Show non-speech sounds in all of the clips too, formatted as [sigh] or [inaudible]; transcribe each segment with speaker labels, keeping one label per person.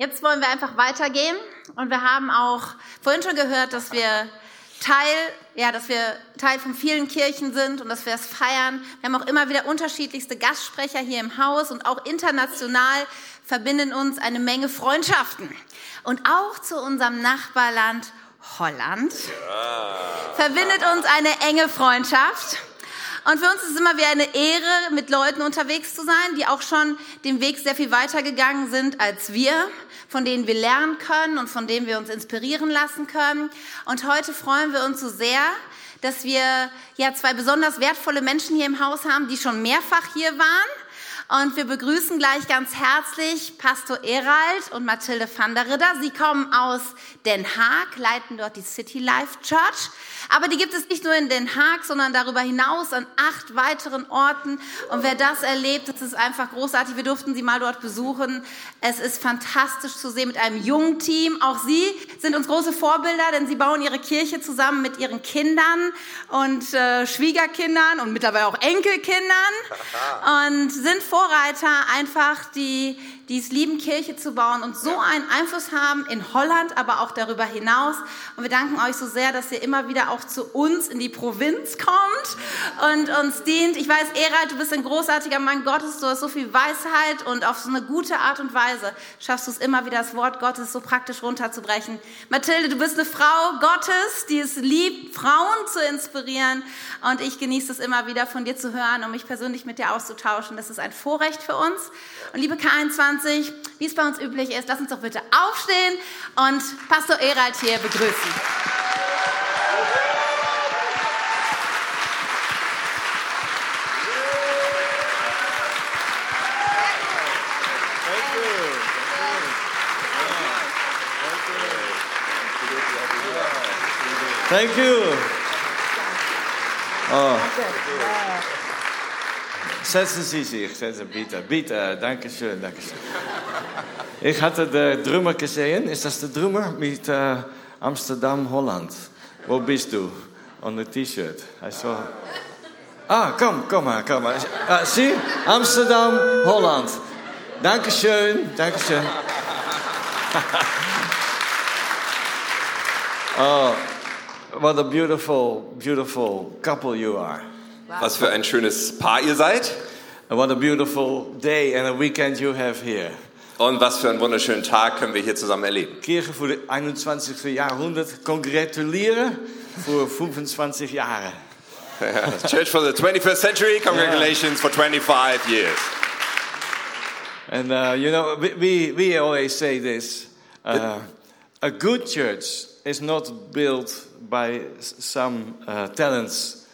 Speaker 1: Jetzt wollen wir einfach weitergehen und wir haben auch vorhin schon gehört, dass wir Teil, ja, dass wir Teil von vielen Kirchen sind und dass wir es feiern. Wir haben auch immer wieder unterschiedlichste Gastsprecher hier im Haus und auch international verbinden uns eine Menge Freundschaften. Und auch zu unserem Nachbarland Holland verbindet uns eine enge Freundschaft. Und für uns ist es immer wieder eine Ehre, mit Leuten unterwegs zu sein, die auch schon den Weg sehr viel weiter gegangen sind als wir, von denen wir lernen können und von denen wir uns inspirieren lassen können. Und heute freuen wir uns so sehr, dass wir ja zwei besonders wertvolle Menschen hier im Haus haben, die schon mehrfach hier waren. Und wir begrüßen gleich ganz herzlich Pastor Erald und Mathilde van der Ridder. Sie kommen aus Den Haag, leiten dort die City Life Church. Aber die gibt es nicht nur in Den Haag, sondern darüber hinaus an acht weiteren Orten. Und wer das erlebt, das ist einfach großartig. Wir durften sie mal dort besuchen. Es ist fantastisch zu sehen mit einem jungen Team. Auch sie sind uns große Vorbilder, denn sie bauen ihre Kirche zusammen mit ihren Kindern und äh, Schwiegerkindern und mittlerweile auch Enkelkindern und sind Vorreiter einfach, die die es lieben, Kirche zu bauen und so einen Einfluss haben in Holland, aber auch darüber hinaus. Und wir danken euch so sehr, dass ihr immer wieder auch zu uns in die Provinz kommt und uns dient. Ich weiß, Erald, du bist ein großartiger Mann Gottes, du hast so viel Weisheit und auf so eine gute Art und Weise schaffst du es immer wieder, das Wort Gottes so praktisch runterzubrechen. Mathilde, du bist eine Frau Gottes, die es liebt, Frauen zu inspirieren. Und ich genieße es immer wieder, von dir zu hören und mich persönlich mit dir auszutauschen. Das ist ein Vorrecht für uns. Und liebe K21, wie es bei uns üblich ist. Lass uns doch bitte aufstehen und Pastor Erald hier begrüßen.
Speaker 2: Thank you. Oh. Setzen Sie sich, setzen bitte. Bitte, danke eh, schön, danke schön. Ich hatte den eh, Drummer gesehen. Ist das der Drummer mit äh, Amsterdam, Holland? Wo bist du? On the T-Shirt. I saw. Ah, komm, komm maar, komm maar. Ah, zie, Amsterdam, Holland. Dankeschön, dankeschön. oh, what a beautiful, beautiful couple you are.
Speaker 3: Was für ein schönes Paar ihr seid
Speaker 2: And what a beautiful day and a weekend you have here.
Speaker 3: und was für einen wunderschönen Tag können wir hier zusammen erleben.
Speaker 2: Kirche voor de 21ste Jahrhundert congratuleren voor 25 jaren.
Speaker 3: Church for the 21st Century, congratulations for 25 years.
Speaker 2: And uh, you know, we, we, we always say this uh, a good church is not built by s- some uh, talents.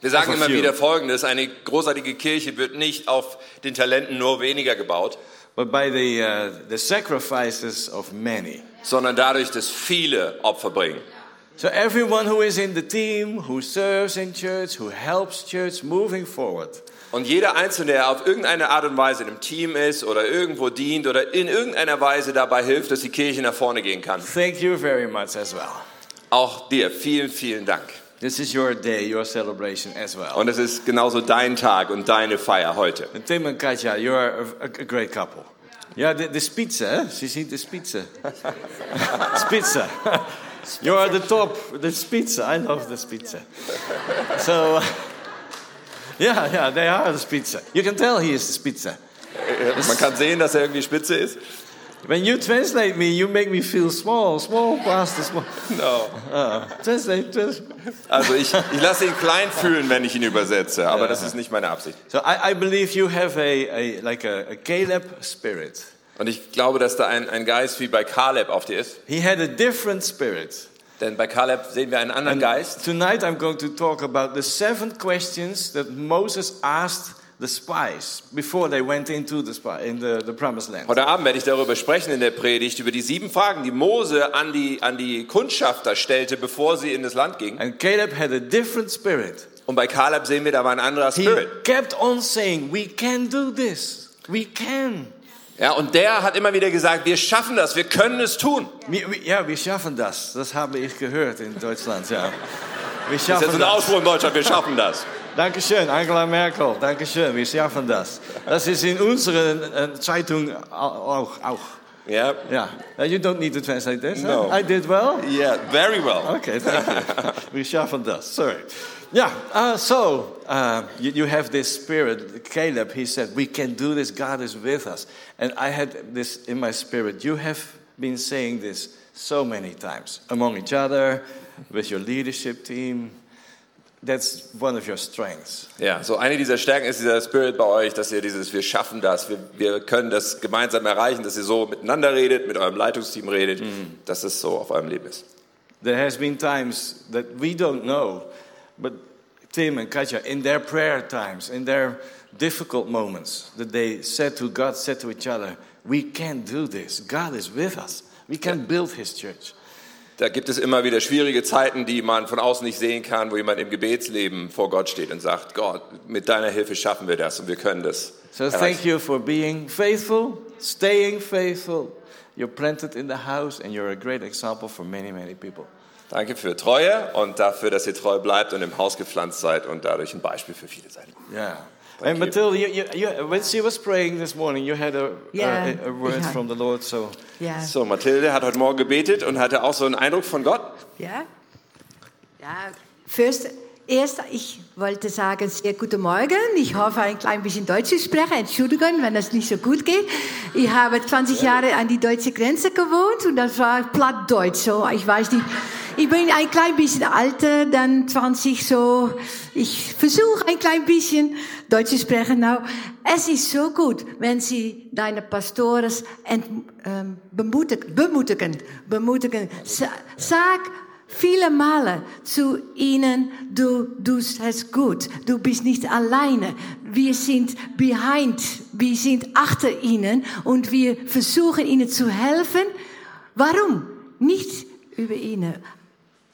Speaker 3: Wir sagen
Speaker 2: Of a
Speaker 3: immer
Speaker 2: few.
Speaker 3: wieder Folgendes, eine großartige Kirche wird nicht auf den Talenten nur weniger gebaut,
Speaker 2: But by the, uh, the sacrifices of many.
Speaker 3: sondern dadurch, dass viele Opfer bringen.
Speaker 2: So everyone who is in the team, who serves in church, who helps church moving forward,
Speaker 3: Und jeder Einzelne, der auf irgendeine Art und Weise in einem Team ist oder irgendwo dient oder in irgendeiner Weise dabei hilft, dass die Kirche nach vorne gehen kann,
Speaker 2: thank you very much as well.
Speaker 3: auch dir vielen, vielen Dank.
Speaker 2: This is your day, your celebration as well.
Speaker 3: Und es ist genauso dein Tag und deine Feier heute.
Speaker 2: And Tim and Katja, you are a, a- a great couple. Ja, de, de spitsen, hè? Ze ziet de [laughs] spitsen. spitsen. You are the top, the spitsen. I love the spitsen. so, [laughs] yeah, yeah, they are the spitsen. You can tell he is the spitsen.
Speaker 3: Man kann sehen, dass er irgendwie spitze ist.
Speaker 2: When you translate me, you make me feel small, small, past the small.
Speaker 3: No.
Speaker 2: [laughs] Uh, translate, translate.
Speaker 3: Also ich, ich lasse ihn klein fühlen, wenn ich ihn übersetze, aber das ist nicht meine Absicht.
Speaker 2: So I, I believe you have a, a like a, a Caleb spirit.
Speaker 3: Und ich glaube, dass da ein, ein Geist wie bei Caleb auf dir ist.
Speaker 2: He had a different spirit.
Speaker 3: Denn bei Caleb sehen wir einen anderen Geist.
Speaker 2: Tonight I'm going to talk about the seven questions that Moses asked the spies before they went into the, spy, in the, the promised land.
Speaker 3: Heute Abend werde ich darüber sprechen in der Predigt, über die sieben Fragen, die Mose an die, an die Kundschafter stellte, bevor sie in das Land gingen.
Speaker 2: And Caleb had a different spirit.
Speaker 3: Und bei Caleb sehen wir, da war ein anderer
Speaker 2: He
Speaker 3: Spirit.
Speaker 2: kept on saying, We can do this. We can.
Speaker 3: Ja, und der hat immer wieder gesagt, wir schaffen das, wir können es tun.
Speaker 2: Wir- wir- Ja, wir schaffen das. Das habe ich gehört in Deutschland. Ja. Wir
Speaker 3: Das ist
Speaker 2: schaffen
Speaker 3: jetzt ein
Speaker 2: das.
Speaker 3: Ausruf in Deutschland, wir schaffen das.
Speaker 2: Dankeschön, Angela Merkel. Dankeschön, wir schaffen das. Das ist in unserer äh, Zeitung au- auch. auch.
Speaker 3: Yeah.
Speaker 2: Yeah. Uh, you don't need to translate this. huh?
Speaker 3: No.
Speaker 2: I did well.
Speaker 3: Yeah, very well.
Speaker 2: Okay, thank you. [laughs] we sharpened us. Sorry. Yeah. Uh, so uh, you, you have this spirit, Caleb. He said, "We can do this. God is with us." And I had this in my spirit. You have been saying this so many times among each other, with your leadership team. That's one of your strengths.
Speaker 3: Ja, so eine dieser Stärken ist dieser Spirit bei euch, dass ihr dieses, wir schaffen das, wir, wir können das gemeinsam erreichen, dass ihr so miteinander redet, mit eurem Leitungsteam redet, dass es so auf eurem Leben ist.
Speaker 2: There has been times that we don't know, but Tim and Katja, in their prayer times, in their difficult moments, that they said to God, said to each other, "We can do this. God is with us. We can build His church."
Speaker 3: Da gibt es immer wieder schwierige Zeiten, die man von außen nicht sehen kann, wo jemand im Gebetsleben vor Gott steht und sagt, Gott, mit deiner Hilfe schaffen wir das und wir können das.
Speaker 2: So thank you for being faithful, staying faithful. You're planted in the house, and you're a great example for many, many people.
Speaker 3: Danke für Treue und dafür, dass ihr treu bleibt und im Haus gepflanzt seid und dadurch ein Beispiel für viele seid.
Speaker 2: Yeah. and
Speaker 3: you.
Speaker 2: Matilda, you, you, you, when she was praying this morning, you had a,
Speaker 4: Yeah,
Speaker 2: a, a word
Speaker 4: yeah.
Speaker 2: from the Lord. So
Speaker 4: Ja,
Speaker 3: So, Mathilde hat heute Morgen gebetet und hatte auch so einen Eindruck von Gott. [laughs]
Speaker 4: ja. Ja, first, erst, ich wollte sagen, sehr guten Morgen. Ich hoffe, ein klein bisschen Deutsch zu sprechen. Entschuldigen, wenn es nicht so gut geht. Ich habe 20 Jahre an die deutsche Grenze gewohnt und das war Plattdeutsch. So, ich weiß nicht. Ich bin ein klein bisschen älter, dann 20 so. Ich versuche ein klein bisschen Deutsch zu sprechen. Nou, es ist so gut, wenn Sie deine Pastoren ent- ähm, bemutig- bemoetigen, bemoetigen. Sa- Sag, Viele Male zu ihnen, du tust es gut, du bist nicht alleine. Wir sind behind, wir sind achter ihnen und wir versuchen ihnen zu helfen. Warum? Nicht über ihnen,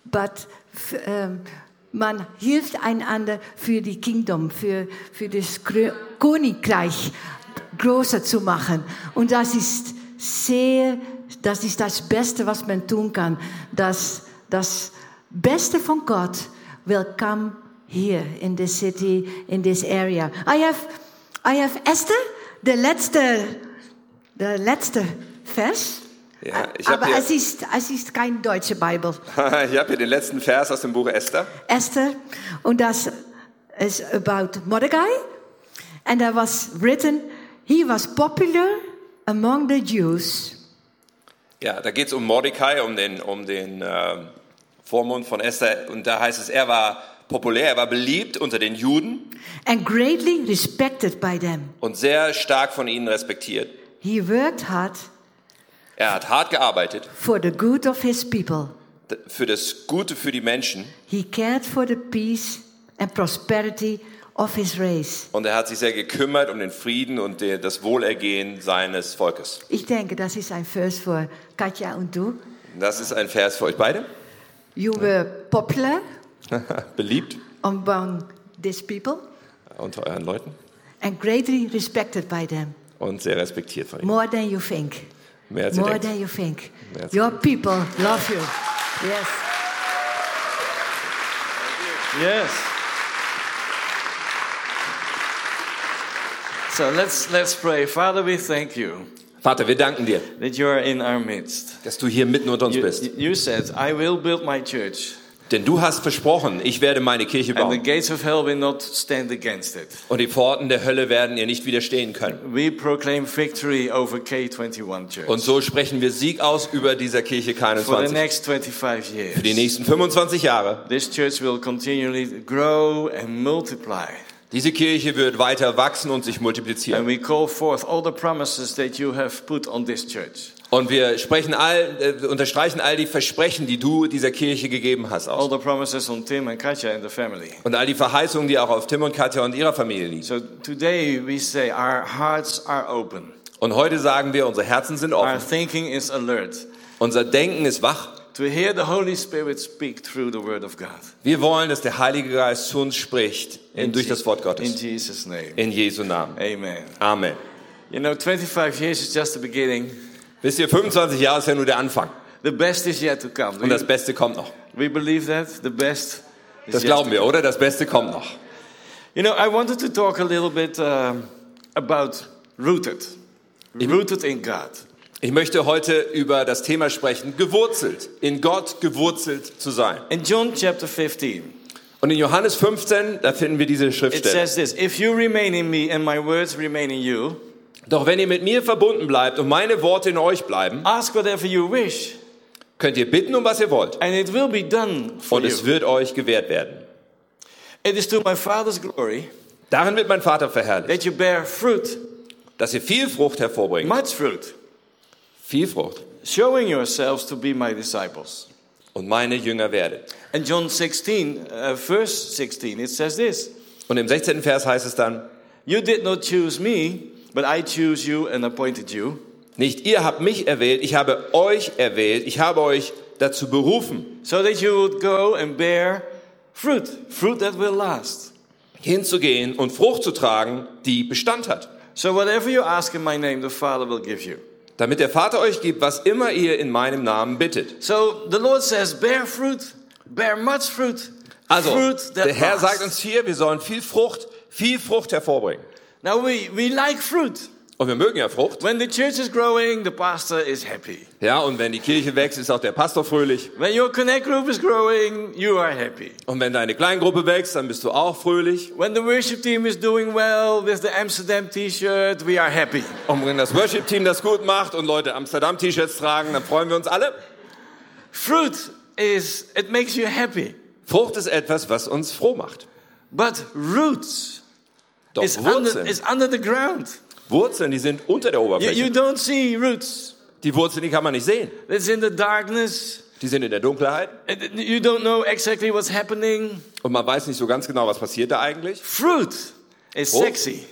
Speaker 4: but f- ähm, man hilft einander für die Kingdom, für, für das Krö- Königreich größer zu machen. Und das ist sehr, das ist das Beste, was man tun kann. Das, das Beste von Gott will come here in this city, in this area. I have, I have Esther, der letzte, der letzte Vers.
Speaker 3: Ja, ich hab
Speaker 4: Aber
Speaker 3: hier-
Speaker 4: es ist, es ist kein deutsche Bibel.
Speaker 3: Ich habe hier den letzten Vers aus dem Buch Esther.
Speaker 4: Esther. Und das is about Mordecai. And that was written, he was popular among the Jews.
Speaker 3: Ja, da geht es um Mordecai, um den, um den ähm, Vormund von Esther. Und da heißt es, er war populär, er war beliebt unter den Juden
Speaker 4: And greatly respected by them.
Speaker 3: und sehr stark von ihnen respektiert.
Speaker 4: He worked hard
Speaker 3: Er hat hart gearbeitet
Speaker 4: for the good of his people.
Speaker 3: d- für das Gute für die Menschen
Speaker 4: He cared for the peace and prosperity of his race.
Speaker 3: und er hat sich sehr gekümmert um den Frieden und der, das Wohlergehen seines Volkes.
Speaker 4: Ich denke, das ist ein Vers für Katja und du.
Speaker 3: Das ist ein Vers für euch beide. [laughs]
Speaker 4: You were popular
Speaker 3: Beliebt
Speaker 4: among these people
Speaker 3: unter euren Leuten
Speaker 4: and greatly respected by them.
Speaker 3: und sehr respektiert von ihnen.
Speaker 4: More than you think.
Speaker 3: Mehr als ihr
Speaker 4: More
Speaker 3: denkt.
Speaker 4: than you think.
Speaker 3: That's
Speaker 4: Your people love you. Yes.
Speaker 2: Yes. So let's let's pray. Father, we thank you
Speaker 3: Vater, wir danken dir,
Speaker 2: that you are in our midst.
Speaker 3: dass du hier mitten unter uns
Speaker 2: You,
Speaker 3: bist.
Speaker 2: you said, "I will build my church,
Speaker 3: Denn du hast versprochen, ich werde meine Kirche
Speaker 2: and the
Speaker 3: bauen
Speaker 2: gates of hell will not stand against it."
Speaker 3: und die Pforten der Hölle werden ihr nicht widerstehen können.
Speaker 2: We proclaim victory over K21 Church
Speaker 3: Und so sprechen wir Sieg aus über dieser Kirche
Speaker 2: for the
Speaker 3: 21.
Speaker 2: next 25
Speaker 3: Für die
Speaker 2: years.
Speaker 3: nächsten 25 Jahre.
Speaker 2: This church will continually grow and multiply,
Speaker 3: Diese Kirche wird weiter wachsen und sich
Speaker 2: and
Speaker 3: multiplizieren.
Speaker 2: we call forth all the promises that you have put on this church,
Speaker 3: Und wir sprechen all, äh, unterstreichen all die Versprechen, die du dieser Kirche gegeben hast
Speaker 2: all
Speaker 3: aus.
Speaker 2: the promises on Tim and Katja and the family.
Speaker 3: Und all die Verheißungen, die auch auf Tim und Katja und ihrer Familie liegen.
Speaker 2: So today we say our hearts are open.
Speaker 3: Und heute sagen wir, unsere Herzen sind
Speaker 2: Our
Speaker 3: offen.
Speaker 2: thinking is alert
Speaker 3: Unser Denken ist wach.
Speaker 2: to hear the Holy Spirit speak through the Word of God.
Speaker 3: Wir wollen, dass der Heilige Geist zu uns spricht in, durch das Wort
Speaker 2: In
Speaker 3: Gottes.
Speaker 2: Jesus' name.
Speaker 3: In Jesu Namen.
Speaker 2: Amen.
Speaker 3: Amen.
Speaker 2: You know, 25 years is just the beginning.
Speaker 3: Wisst ihr, 25 Jahre ist ja nur der Anfang.
Speaker 2: The best is yet to come.
Speaker 3: Und das
Speaker 2: We,
Speaker 3: Beste kommt noch.
Speaker 2: we believe that. The best is
Speaker 3: Das
Speaker 2: yet to
Speaker 3: glauben wir, oder? Das Beste kommt noch.
Speaker 2: You know, I wanted to talk a little bit um, about rooted. Rooted in God.
Speaker 3: Ich möchte heute über das Thema sprechen, gewurzelt, in Gott gewurzelt zu sein.
Speaker 2: In John chapter 15,
Speaker 3: Und in Johannes 15, da finden wir diese
Speaker 2: it
Speaker 3: Schriftstelle.
Speaker 2: says this If you remain in me and my words remain in you,
Speaker 3: Doch wenn ihr mit mir verbunden bleibt und meine Worte in euch bleiben,
Speaker 2: ask whatever you wish,
Speaker 3: könnt ihr bitten um was ihr wollt
Speaker 2: and it will be done for
Speaker 3: und es
Speaker 2: you.
Speaker 3: wird euch gewährt werden.
Speaker 2: It is to my Father's glory
Speaker 3: Darin wird mein Vater verherrlicht,
Speaker 2: that you bear fruit,
Speaker 3: dass ihr viel Frucht hervorbringt.
Speaker 2: much fruit,
Speaker 3: Viel Frucht.
Speaker 2: showing yourselves to be my disciples.
Speaker 3: Und meine Jünger werdet.
Speaker 2: And John 16, uh, verse 16, it says this
Speaker 3: Und im 16. Vers heißt es dann,
Speaker 2: You did not choose me, but I choose you and appointed you.
Speaker 3: nicht ihr habt mich erwählt, ich habe euch erwählt, ich habe euch dazu berufen,
Speaker 2: so that you would go and bear fruit, fruit that will last.
Speaker 3: hinzugehen und Frucht zu tragen, die Bestand hat.
Speaker 2: So whatever you ask in my name, the Father will give you.
Speaker 3: Damit der Vater euch gibt, was immer ihr in meinem Namen bittet.
Speaker 2: So the Lord says, bear fruit, bear much fruit,
Speaker 3: Also,
Speaker 2: fruit that
Speaker 3: der Herr
Speaker 2: lasts.
Speaker 3: sagt uns hier, wir sollen viel Frucht, viel Frucht hervorbringen.
Speaker 2: now we, we like fruit.
Speaker 3: Und wir mögen ja Frucht.
Speaker 2: When the church is growing, the pastor is happy.
Speaker 3: Ja, und wenn die Kirche wächst, ist auch der Pastor fröhlich.
Speaker 2: When your connect group is growing, you are happy.
Speaker 3: Und wenn deine Kleingruppe wächst, dann bist du auch fröhlich.
Speaker 2: When the worship team is doing well with the Amsterdam t-shirt, we are happy.
Speaker 3: Und wenn das Worship-Team das gut macht und Leute Amsterdam-T-Shirts tragen, dann freuen wir uns alle.
Speaker 2: Fruit is, it makes you happy.
Speaker 3: Frucht ist etwas, was uns froh macht.
Speaker 2: But roots
Speaker 3: Doch
Speaker 2: is under,
Speaker 3: Wurzeln,
Speaker 2: is under the ground.
Speaker 3: Wurzeln, die sind unter der
Speaker 2: You,
Speaker 3: Oberfläche.
Speaker 2: you don't see roots.
Speaker 3: die Wurzeln, die kann man nicht sehen.
Speaker 2: It's in the darkness.
Speaker 3: Die sind in der Dunkelheit.
Speaker 2: It- You don't know exactly what's happening.
Speaker 3: Und man weiß nicht so ganz genau, was passiert da eigentlich.
Speaker 2: Fruit is
Speaker 3: Fruit.
Speaker 2: sexy,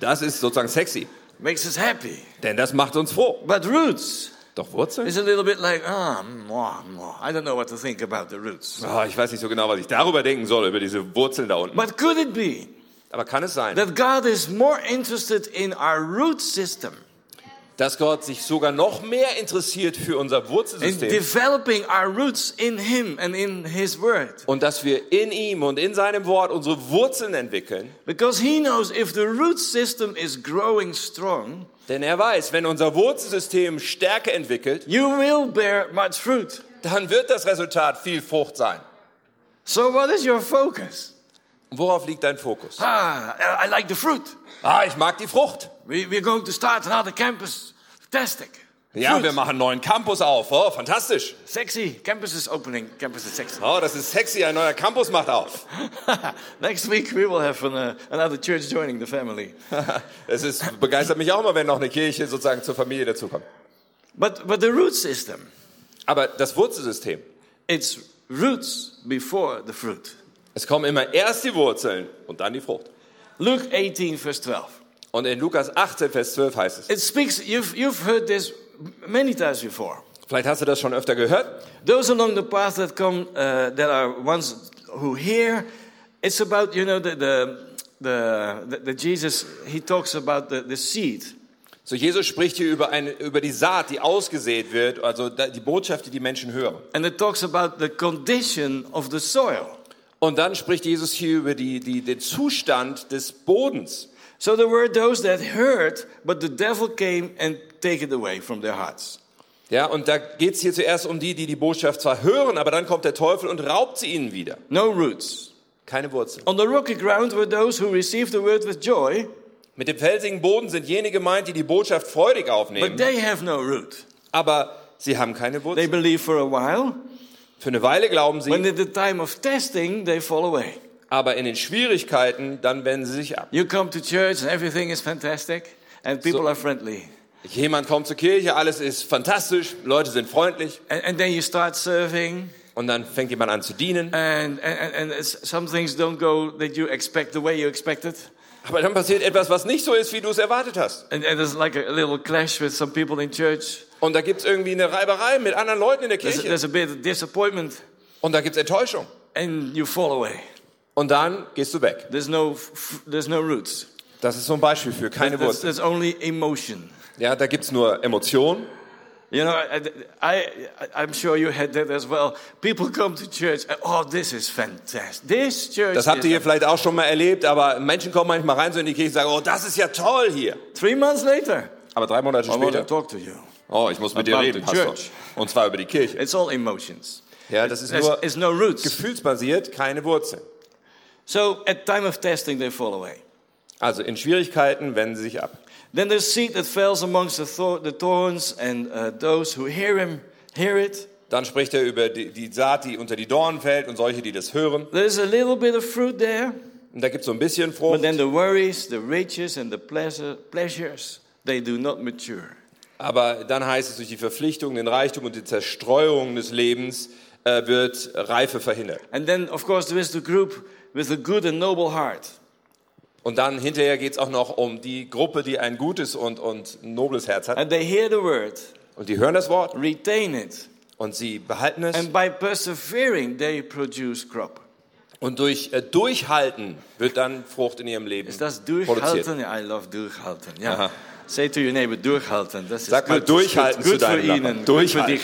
Speaker 3: Das ist sozusagen sexy.
Speaker 2: makes us happy.
Speaker 3: Denn das macht uns froh.
Speaker 2: But roots
Speaker 3: Doch Wurzeln?
Speaker 2: is a little bit like, ah, mwah, mwah. I don't know what to think about the roots.
Speaker 3: Ah, ich weiß nicht so genau, was ich darüber denken soll, über diese Wurzeln da unten.
Speaker 2: But could it be
Speaker 3: Aber kann es sein,
Speaker 2: that God is more interested in our root system,
Speaker 3: dass Gott sich sogar noch mehr interessiert für unser
Speaker 2: in
Speaker 3: Wurzelsystem
Speaker 2: developing our roots in Him and in His Word?
Speaker 3: und dass wir in ihm und in seinem Wort unsere Wurzeln entwickeln?
Speaker 2: Because He knows if the root system is growing strong,
Speaker 3: Denn er weiß, wenn unser Wurzelsystem Stärke entwickelt,
Speaker 2: you will bear much fruit.
Speaker 3: dann wird das Resultat viel Frucht sein.
Speaker 2: So what is your focus?
Speaker 3: Worauf liegt dein Fokus?
Speaker 2: Ah, I like the fruit.
Speaker 3: Ah, ich mag die Frucht.
Speaker 2: We, we're going to start another campus. Fantastic.
Speaker 3: Ja,
Speaker 2: Fruit.
Speaker 3: wir machen einen neuen Campus auf. Oh, fantastisch.
Speaker 2: Sexy. Campus is opening. Campus is sexy. [laughs]
Speaker 3: Oh, das ist sexy. Ein neuer Campus macht auf.
Speaker 2: Next week we will have an, uh, another church joining the family. [laughs]
Speaker 3: [laughs] Es ist, begeistert mich auch immer, wenn noch eine Kirche sozusagen zur Familie dazukommt.
Speaker 2: But, but the root system,
Speaker 3: Aber das Wurzelsystem.
Speaker 2: it's roots before the fruit.
Speaker 3: Es kommen immer erst die Wurzeln und dann die Frucht.
Speaker 2: Luke 18 verse 12.
Speaker 3: Und in Lukas 18, Vers 12 heißt es,
Speaker 2: It speaks, you've, you've heard this many times before.
Speaker 3: vielleicht hast du das schon öfter gehört,
Speaker 2: Those along the path that come, uh, that are ones who hear, it's about you know the the the, the, the Jesus. He talks about the, the seed.
Speaker 3: so Jesus spricht hier über, eine, über die Saat, die ausgesät wird, also da- die Botschaft, die die Menschen hören.
Speaker 2: And it talks about the condition of the soil.
Speaker 3: Und dann spricht Jesus hier über die, die, den Zustand des Bodens.
Speaker 2: So there were those that heard, but the devil came and take it away from their hearts.
Speaker 3: Ja, und da geht's hier zuerst um die, die die Botschaft zwar hören, aber dann kommt der Teufel und raubt sie ihnen wieder.
Speaker 2: No roots.
Speaker 3: Keine Wurzeln.
Speaker 2: On the rocky ground were those who received the word with joy,
Speaker 3: Mit dem felsigen Boden sind jene gemeint, die die Botschaft freudig
Speaker 2: but
Speaker 3: aufnehmen,
Speaker 2: they have no root.
Speaker 3: aber sie haben keine
Speaker 2: They
Speaker 3: Wurzeln.
Speaker 2: believe for a while.
Speaker 3: Für eine Weile glauben
Speaker 2: When
Speaker 3: sie,
Speaker 2: at the time of testing, they fall away.
Speaker 3: aber in den Schwierigkeiten, dann wenden sie sich ab.
Speaker 2: You come to church and everything is fantastic and people
Speaker 3: So-
Speaker 2: are friendly.
Speaker 3: Jemand kommt zur Kirche, alles ist fantastisch, Leute sind freundlich
Speaker 2: And, and then you start serving
Speaker 3: und dann fängt jemand an zu dienen.
Speaker 2: and, and, and- and it's- some things don't go that you expect the way you expected.
Speaker 3: Aber dann passiert etwas, was nicht so ist, wie du es erwartet hast.
Speaker 2: And, and there's like a little clash with some people in church.
Speaker 3: Und da gibt's irgendwie eine Reiberei mit anderen Leuten in der
Speaker 2: There's,
Speaker 3: Kirche
Speaker 2: there's a bit of disappointment
Speaker 3: und da gibt's Enttäuschung.
Speaker 2: and you fall away.
Speaker 3: Und dann gehst du weg.
Speaker 2: There's no, f- f- there's no roots.
Speaker 3: Das ist so ein Beispiel für keine
Speaker 2: There's,
Speaker 3: Wurzel.
Speaker 2: there's only emotion.
Speaker 3: Ja, da gibt's nur Emotionen.
Speaker 2: You know, I, I, I, am sure you had that as well. People come to church. and, Oh, this is fantastic. This church.
Speaker 3: Das habt ihr
Speaker 2: is
Speaker 3: hier vielleicht auch schon mal erlebt, aber Menschen kommen manchmal rein so in die Kirche und sagen, oh, das ist ja toll hier.
Speaker 2: Three months later,
Speaker 3: Aber drei Monate
Speaker 2: I want to
Speaker 3: später,
Speaker 2: talk to you.
Speaker 3: Oh, ich muss mit dir
Speaker 2: About
Speaker 3: reden,
Speaker 2: the
Speaker 3: Pastor.
Speaker 2: church.
Speaker 3: Und zwar über die Kirche.
Speaker 2: It's all emotions.
Speaker 3: Ja, das ist
Speaker 2: There's,
Speaker 3: nur
Speaker 2: it's no roots.
Speaker 3: gefühlsbasiert, keine Wurzeln.
Speaker 2: So at time of testing, they fall away.
Speaker 3: Also in Schwierigkeiten wenden sie sich ab.
Speaker 2: Then there's seed that falls amongst the, thor- the thorns, and uh, those who hear him hear it.
Speaker 3: Dann spricht er über die, die Saat, die unter die Dornen fällt und solche, die das hören.
Speaker 2: There's a little bit of fruit there,
Speaker 3: Und da gibt es so ein bisschen
Speaker 2: but
Speaker 3: Frucht,
Speaker 2: then the worries, the riches, and the pleasure, pleasures they do not mature.
Speaker 3: aber dann heißt es, durch die Verpflichtung, den Reichtum und die Zerstreuung des Lebens äh, wird Reife verhindert.
Speaker 2: And then, of course, there is the group with a good and noble heart.
Speaker 3: Und dann hinterher geht es auch noch um die Gruppe, die ein gutes und, und ein nobles Herz hat.
Speaker 2: And they hear the word,
Speaker 3: Und die hören das Wort
Speaker 2: retain it,
Speaker 3: und sie behalten es.
Speaker 2: and by persevering, they produce crop.
Speaker 3: Und durch äh, Durchhalten wird dann Frucht in ihrem Leben
Speaker 2: Is dat
Speaker 3: produziert.
Speaker 2: durchhalten? Ja, I love durchhalten. Ja. Say to your neighbor, durchhalten. Dat is
Speaker 3: Sag mal
Speaker 2: goed, dat is
Speaker 3: durchhalten
Speaker 2: goed.
Speaker 3: zu
Speaker 2: Goed
Speaker 3: deinem
Speaker 2: voor
Speaker 3: Nachbarn.
Speaker 2: Ihnen, gut für
Speaker 3: Durchhalten.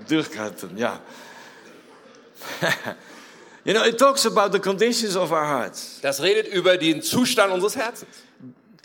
Speaker 2: dich. Durchhalten, ja. [laughs] you know, it talks about the conditions of our hearts.
Speaker 3: Das redet über den Zustand unseres Herzens.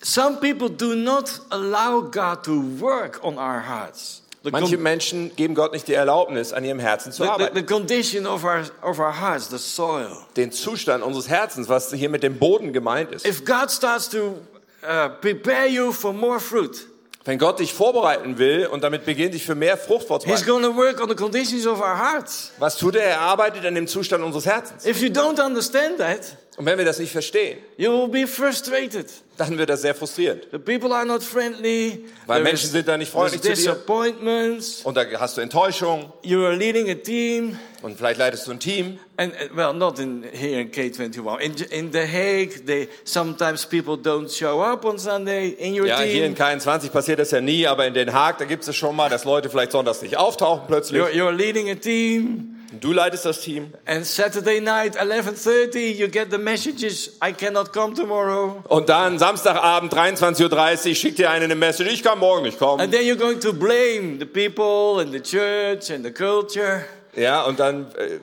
Speaker 2: Some people do not allow God to work on our hearts. The,
Speaker 3: Manche
Speaker 2: con-
Speaker 3: Menschen geben Gott nicht die Erlaubnis, an ihrem Herzen zu
Speaker 2: the, the, the
Speaker 3: arbeiten.
Speaker 2: condition of our, of our hearts, the soil.
Speaker 3: Den Zustand unseres Herzens, was hier mit dem Boden gemeint ist.
Speaker 2: If God starts to uh, prepare you for more fruit,
Speaker 3: Wenn Gott dich vorbereiten will und damit beginnt, dich für mehr
Speaker 2: He's
Speaker 3: Frucht vorzubereiten,
Speaker 2: going to work on the conditions of our hearts.
Speaker 3: was tut er? Er arbeitet an dem Zustand unseres Herzens.
Speaker 2: If you don't understand that,
Speaker 3: Und wenn wir das nicht verstehen,
Speaker 2: You will be frustrated.
Speaker 3: dann wird das sehr frustrierend.
Speaker 2: The people are not friendly.
Speaker 3: Weil
Speaker 2: There
Speaker 3: Menschen
Speaker 2: is-
Speaker 3: sind da nicht freundlich
Speaker 2: there's uh,
Speaker 3: zu dir.
Speaker 2: disappointments.
Speaker 3: Und da hast du Enttäuschung
Speaker 2: You are leading a team.
Speaker 3: und vielleicht leitest du ein Team.
Speaker 2: And uh, well, not in here in K21. In in The Hague, they sometimes people don't show up on Sunday in your
Speaker 3: Ja, hier in
Speaker 2: team.
Speaker 3: K21 passiert das ja nie, aber in Den Haag, da gibt es schon mal, dass Leute vielleicht sonntags nicht auftauchen plötzlich.
Speaker 2: You're, you're leading a team.
Speaker 3: Du leitest das Team.
Speaker 2: And Saturday night, 11.30, you get the messages, I cannot come tomorrow.
Speaker 3: Und dann Samstagabend, 23.30 Uhr, schickt dir einer eine Message, ich kann morgen nicht
Speaker 2: And
Speaker 3: kommen.
Speaker 2: then you're going to blame the people and the church and the culture.
Speaker 3: Ja, und dann, äh,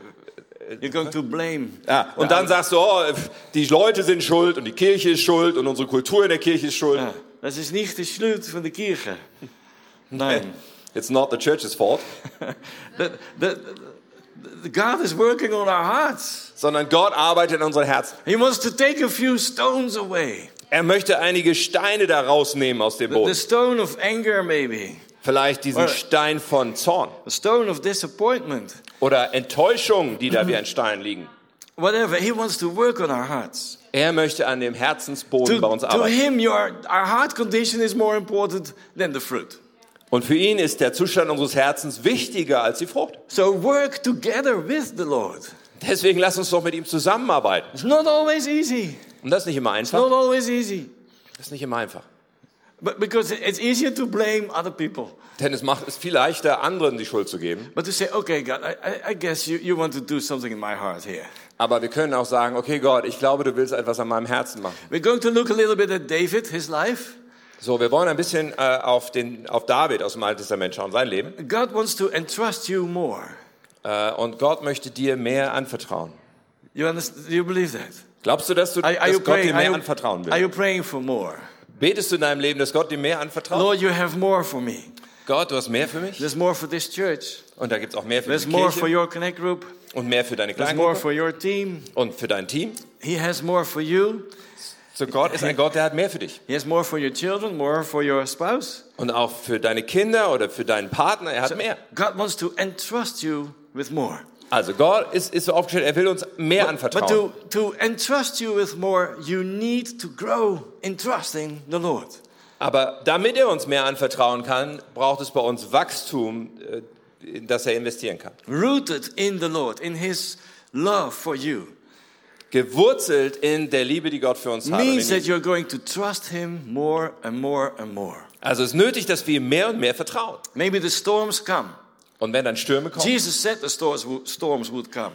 Speaker 2: You're going to blame.
Speaker 3: ja, und dann sagst du, oh, die Leute sind schuld und die Kirche ist schuld und unsere Kultur in der Kirche ist schuld.
Speaker 2: Ja, Ah, dat is niet de schuld van de kirche.
Speaker 3: [laughs]
Speaker 2: Nee.
Speaker 3: It's not the church's fault.
Speaker 2: The- the- the- God is working on our hearts.
Speaker 3: Sondern Gott arbeitet in unseren Herzen.
Speaker 2: He wants to take a few stones away.
Speaker 3: Er möchte einige Steine da rausnehmen aus dem
Speaker 2: The
Speaker 3: Boden.
Speaker 2: stone of anger, maybe.
Speaker 3: Vielleicht diesen Stein von Zorn
Speaker 2: A stone of disappointment.
Speaker 3: oder Enttäuschung, die da wie ein Stein liegen.
Speaker 2: Whatever. He wants to work on our hearts.
Speaker 3: Er möchte an dem Herzensboden
Speaker 2: To,
Speaker 3: bei uns
Speaker 2: to
Speaker 3: arbeiten.
Speaker 2: him, your, our heart condition is more important than the fruit.
Speaker 3: Und für ihn ist der Zustand unseres Herzens wichtiger als die Frucht.
Speaker 2: So work together with the Lord.
Speaker 3: Deswegen lass uns doch mit ihm zusammenarbeiten.
Speaker 2: It's not always easy.
Speaker 3: Und das ist nicht immer
Speaker 2: Not
Speaker 3: einfach.
Speaker 2: always easy.
Speaker 3: Das ist nicht immer einfach.
Speaker 2: But because it's easier to blame other people.
Speaker 3: Denn es macht es viel leichter, anderen die Schuld zu geben.
Speaker 2: But to say, okay, God, I, I, I guess you, you want to do something in my heart here.
Speaker 3: Aber wir können auch sagen, okay Gott, ich glaube, du willst etwas an meinem Herzen machen.
Speaker 2: We're going to look a little bit at David, his life.
Speaker 3: So, wir wollen ein bisschen äh, auf, den, auf David aus dem Alten Testament schauen, sein Leben.
Speaker 2: God wants to entrust you more.
Speaker 3: Äh, und Gott möchte dir mehr anvertrauen.
Speaker 2: You understand? Do you believe that?
Speaker 3: Glaubst du, dass, du,
Speaker 2: Are, are you
Speaker 3: dass Gott
Speaker 2: praying?
Speaker 3: dir
Speaker 2: Are
Speaker 3: mehr
Speaker 2: you,
Speaker 3: anvertrauen
Speaker 2: are
Speaker 3: will?
Speaker 2: you praying for more?
Speaker 3: Betest du in deinem Leben, dass Gott dir mehr anvertraut?
Speaker 2: Lord, you have more for me.
Speaker 3: Gott, du hast mehr für mich?
Speaker 2: There's more for this church.
Speaker 3: Und da gibt's auch mehr für
Speaker 2: There's
Speaker 3: die
Speaker 2: more for
Speaker 3: Kirche
Speaker 2: your connect group.
Speaker 3: und mehr für deine
Speaker 2: There's more
Speaker 3: Kleingruppe
Speaker 2: for your team.
Speaker 3: und für dein Team.
Speaker 2: He has more for you.
Speaker 3: So Gott ist ein Gott, der hat mehr für dich.
Speaker 2: He has more for your children, more for your spouse.
Speaker 3: Und auch für deine Kinder oder für deinen Partner, er hat mehr.
Speaker 2: God wants to entrust you with more.
Speaker 3: Also Gott ist, ist so aufgestellt, er will uns mehr
Speaker 2: But
Speaker 3: anvertrauen.
Speaker 2: to, to entrust you with more, you need to grow in trusting the Lord.
Speaker 3: Aber damit er uns mehr anvertrauen kann, braucht es bei uns Wachstum, äh, in das er investieren kann.
Speaker 2: Rooted in the Lord, in His love for you,
Speaker 3: Gewurzelt in der Liebe, die Gott für uns hat. und in
Speaker 2: means that
Speaker 3: ihm.
Speaker 2: you're going to trust Him more and more and more.
Speaker 3: Also es ist nötig, dass wir ihm mehr und mehr vertrauen.
Speaker 2: Maybe the storms come.
Speaker 3: Und wenn dann Stürme kommen,
Speaker 2: Jesus said the stores wo- storms would come.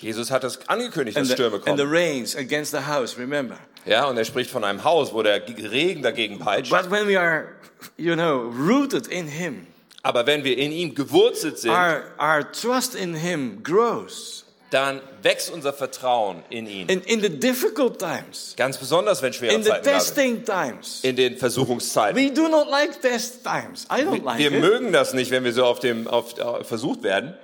Speaker 3: Jesus hat das angekündigt,
Speaker 2: And
Speaker 3: dass Stürme
Speaker 2: the, and the
Speaker 3: kommen.
Speaker 2: rains against the house, remember.
Speaker 3: Ja, und er spricht von einem Haus, wo der Regen dagegen peitscht.
Speaker 2: But when we are, you know, rooted in Him,
Speaker 3: Aber wenn wir in ihm gewurzelt sind,
Speaker 2: our, our trust in Him grows.
Speaker 3: dann wächst unser Vertrauen in ihn.
Speaker 2: In, in the difficult times,
Speaker 3: Ganz besonders, wenn schwere
Speaker 2: in the
Speaker 3: Zeiten da sind.
Speaker 2: testing times.
Speaker 3: In den Versuchungszeiten.
Speaker 2: We do not like test times. I don't like
Speaker 3: Wir
Speaker 2: it.
Speaker 3: mögen das nicht, wenn wir so auf dem auf, äh, versucht werden.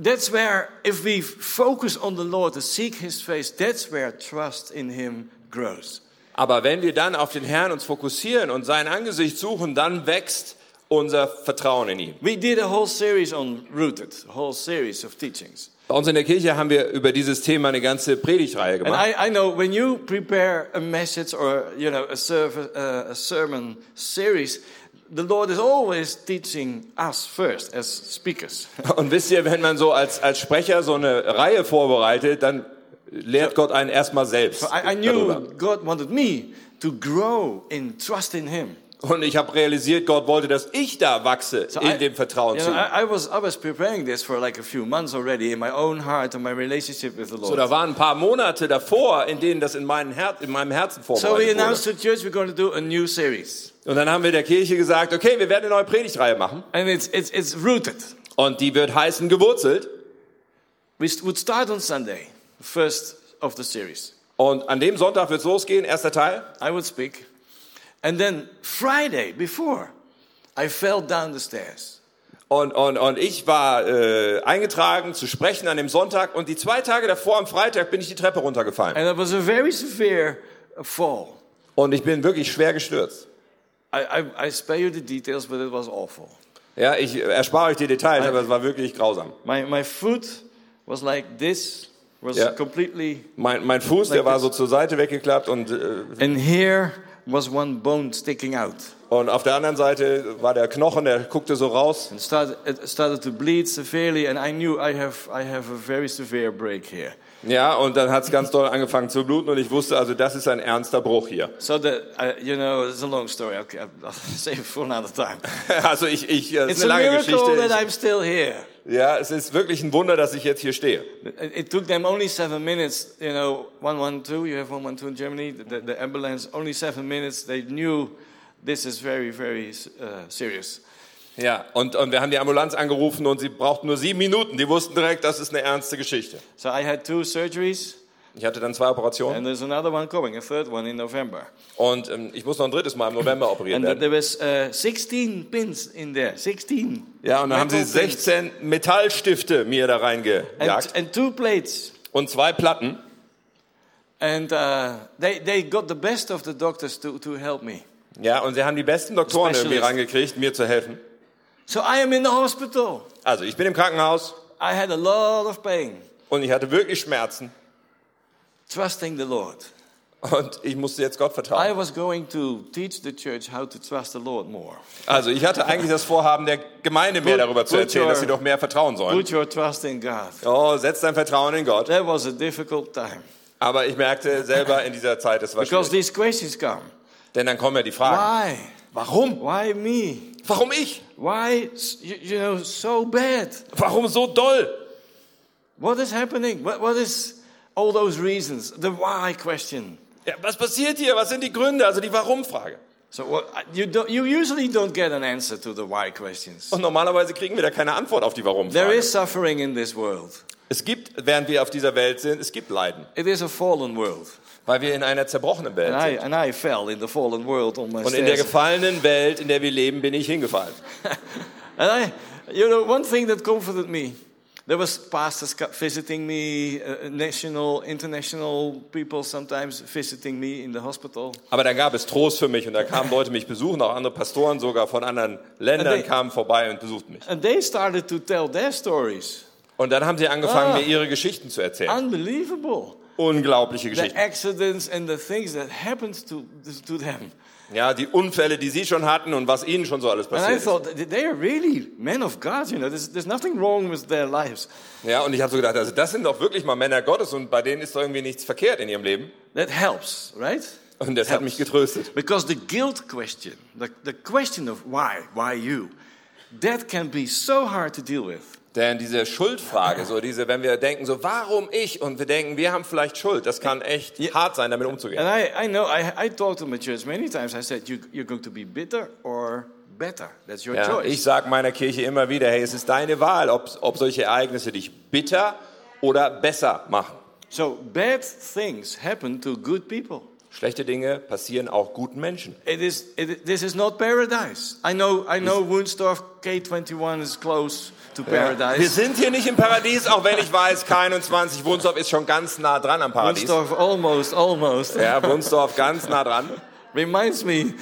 Speaker 2: That's where, if we focus on the Lord to seek His face, that's where trust in Him grows.
Speaker 3: Aber wenn wir dann auf den Herrn uns fokussieren und sein Angesicht suchen, dann wächst unser Vertrauen in ihn.
Speaker 2: We did a whole series on rooted, a whole series of teachings.
Speaker 3: Bei uns in der Kirche haben wir über dieses Thema eine ganze Predigtreihe
Speaker 2: And
Speaker 3: gemacht.
Speaker 2: I, I know when you prepare a message or you know a, serv- uh, a sermon series, the Lord is always teaching us first as speakers.
Speaker 3: Und wisst ihr, wenn man so als, als Sprecher so eine Reihe vorbereitet, dann lehrt Gott einen erstmal selbst
Speaker 2: I, I
Speaker 3: darüber.
Speaker 2: knew God wanted me to grow in trust in Him.
Speaker 3: Und ich habe realisiert, Gott wollte, dass ich da wachse
Speaker 2: So I-
Speaker 3: in dem Vertrauen
Speaker 2: you
Speaker 3: zu
Speaker 2: know,
Speaker 3: ihm.
Speaker 2: I, I was I was preparing this for like a few months already in my own heart and my relationship with the
Speaker 3: So,
Speaker 2: Lord.
Speaker 3: da waren ein paar Monate davor, in denen das in, meinen Her in meinem Herzen
Speaker 2: So we
Speaker 3: vorbereitet
Speaker 2: announced
Speaker 3: wurde.
Speaker 2: to church we're going to do a new series,
Speaker 3: Und dann haben wir der Kirche gesagt, okay, wir werden eine neue Predigtreihe machen.
Speaker 2: and it's it's it's rooted.
Speaker 3: Und die wird heißen gewurzelt.
Speaker 2: We st- would start on Sunday, the first of the series.
Speaker 3: Und an dem Sonntag wird's losgehen, erster Teil.
Speaker 2: I would speak, and then Friday before, I fell down the stairs.
Speaker 3: Und, und, und ich war äh, eingetragen zu sprechen an dem Sonntag. Und die zwei Tage davor, am Freitag, bin ich die Treppe runtergefallen.
Speaker 2: And it was a very severe uh, fall.
Speaker 3: Und ich bin wirklich schwer gestürzt.
Speaker 2: I, I, I spare you the details, but it was awful.
Speaker 3: Ja, ich äh, erspare euch die Details, aber es war wirklich grausam.
Speaker 2: My, my foot was like this, was
Speaker 3: Yeah.
Speaker 2: completely,
Speaker 3: Mein, mein Fuß, der war so zur Seite weggeklappt und, äh,
Speaker 2: and here was one bone sticking out.
Speaker 3: und auf der anderen Seite war der Knochen, der guckte so raus.
Speaker 2: It started, it started to bleed severely, and I knew I have, I have a very severe break here.
Speaker 3: Ja, und dann hat's ganz doll angefangen zu bluten und ich wusste, also das ist ein ernster Bruch hier. [laughs]
Speaker 2: So that, uh, you know, it's a long story. Okay, I'll [laughs] I'll save it for another time.
Speaker 3: Also ich, ich, äh, es
Speaker 2: It's
Speaker 3: ist
Speaker 2: a
Speaker 3: eine lange
Speaker 2: miracle that
Speaker 3: Geschichte.
Speaker 2: I'm still here.
Speaker 3: Ja, es ist wirklich ein Wunder, dass ich jetzt hier stehe.
Speaker 2: It it took them only seven minutes, you know, 112, you have 112 in Germany, the, the ambulance, only seven minutes. They knew this is very, very uh, serious.
Speaker 3: Ja, und, und wir haben die Ambulanz angerufen und sie brauchten nur sieben Minuten. Die wussten direkt, das ist eine ernste Geschichte.
Speaker 2: So I had two surgeries,
Speaker 3: Ich hatte dann zwei Operationen
Speaker 2: and there's another one coming, a third one in November.
Speaker 3: und ähm, ich muss noch ein drittes Mal im November operiert
Speaker 2: And th-
Speaker 3: werden.
Speaker 2: there was uh, 16 pins in there, 16.
Speaker 3: Ja, und dann haben sie
Speaker 2: Metal pins.
Speaker 3: 16 Metallstifte mir da
Speaker 2: And,
Speaker 3: reingejagt
Speaker 2: and two plates.
Speaker 3: und zwei Platten.
Speaker 2: And uh, they, they got the best of the doctors to, to help me.
Speaker 3: Ja, und sie haben die besten Doktoren irgendwie
Speaker 2: Specialist.
Speaker 3: reingekriegt, mir zu helfen.
Speaker 2: So I am in the hospital.
Speaker 3: Also, ich bin im Krankenhaus
Speaker 2: I had a lot of pain,
Speaker 3: und ich hatte wirklich Schmerzen
Speaker 2: trusting the Lord.
Speaker 3: und ich musste jetzt Gott
Speaker 2: I
Speaker 3: vertrauen.
Speaker 2: was going to teach the church how to trust the Lord more.
Speaker 3: Also, ich hatte eigentlich das Vorhaben, der Gemeinde mehr
Speaker 2: Put-
Speaker 3: darüber zu
Speaker 2: put
Speaker 3: erzählen,
Speaker 2: your-
Speaker 3: dass sie doch mehr vertrauen sollen.
Speaker 2: Put your trust in God.
Speaker 3: Oh, setz dein Vertrauen in Gott.
Speaker 2: That was a difficult time
Speaker 3: Aber ich merkte selber in dieser Zeit, es war
Speaker 2: because
Speaker 3: schwierig.
Speaker 2: these questions come.
Speaker 3: Denn dann kommen ja die Fragen.
Speaker 2: Why?
Speaker 3: Warum?
Speaker 2: Why me?
Speaker 3: Warum ich?
Speaker 2: Why s- you, you know so bad?
Speaker 3: Warum so doll?
Speaker 2: What is happening? What, what is all those reasons? The why question.
Speaker 3: Ja, was passiert hier? Was sind die Gründe? Also die Warum-Frage.
Speaker 2: So what, I- you don't, you usually don't get an answer to the why questions.
Speaker 3: Und normalerweise kriegen wir da keine Antwort auf die
Speaker 2: There
Speaker 3: Warum-Frage.
Speaker 2: is suffering in this world.
Speaker 3: Es gibt, während wir auf dieser Welt sind, es gibt Leiden,
Speaker 2: It is a fallen world.
Speaker 3: weil wir in einer zerbrochenen Welt
Speaker 2: And I,
Speaker 3: sind.
Speaker 2: and I fell in the fallen world on my
Speaker 3: Und in der
Speaker 2: stairs.
Speaker 3: gefallenen Welt, in der wir leben, bin ich hingefallen.
Speaker 2: And I, you know, one thing that comforted me, there was pastors co- visiting me, uh, national, international people sometimes visiting me in the hospital.
Speaker 3: Aber da gab es Trost für mich und da kamen Leute mich besuchen, auch andere Pastoren sogar von anderen Ländern
Speaker 2: Äh, die-
Speaker 3: kamen vorbei und besuchten mich.
Speaker 2: And they started to tell their stories.
Speaker 3: Und dann haben sie angefangen,
Speaker 2: Ah.
Speaker 3: mir ihre Geschichten zu erzählen.
Speaker 2: Unbelievable.
Speaker 3: Unglaubliche
Speaker 2: The
Speaker 3: Geschichten.
Speaker 2: accidents and the things that happened to, to them.
Speaker 3: Ja, die Unfälle, die sie schon hatten und was ihnen schon so alles
Speaker 2: And I
Speaker 3: passiert ist.
Speaker 2: thought, th- they are really men of God, you know, there's, there's nothing wrong with their lives.
Speaker 3: Ja, und ich habe so gedacht, also das sind doch wirklich mal Männer Gottes und bei denen ist doch irgendwie nichts verkehrt in ihrem Leben.
Speaker 2: That helps, right?
Speaker 3: Und das hat mich getröstet.
Speaker 2: Because the guilt question, the, the question of why, why you, that can be so hard to deal with.
Speaker 3: Denn diese Schuldfrage, so diese, wenn wir denken, so warum ich und wir denken, wir haben vielleicht Schuld, das kann echt hart sein, damit umzugehen.
Speaker 2: And I, I know, I, I talked to my church many times. I said, you, you're going to be bitter or better. That's your
Speaker 3: Ja,
Speaker 2: choice.
Speaker 3: ich sage meiner Kirche immer wieder, hey, es ist deine Wahl, ob, ob solche Ereignisse dich bitter oder besser machen.
Speaker 2: So bad things happen to good people.
Speaker 3: Schlechte Dinge passieren auch guten Menschen.
Speaker 2: It is, it, this is not paradise. I know, I know Wunstorf K21 is close to
Speaker 3: Wir
Speaker 2: paradise.
Speaker 3: sind hier nicht im Paradies, auch wenn ich weiß, K21 Wunsdorf ist schon ganz nah dran am Paradies.
Speaker 2: Wunstorf almost, almost.
Speaker 3: Ja, Wunsdorf ganz nah dran.
Speaker 2: [laughs] Reminds me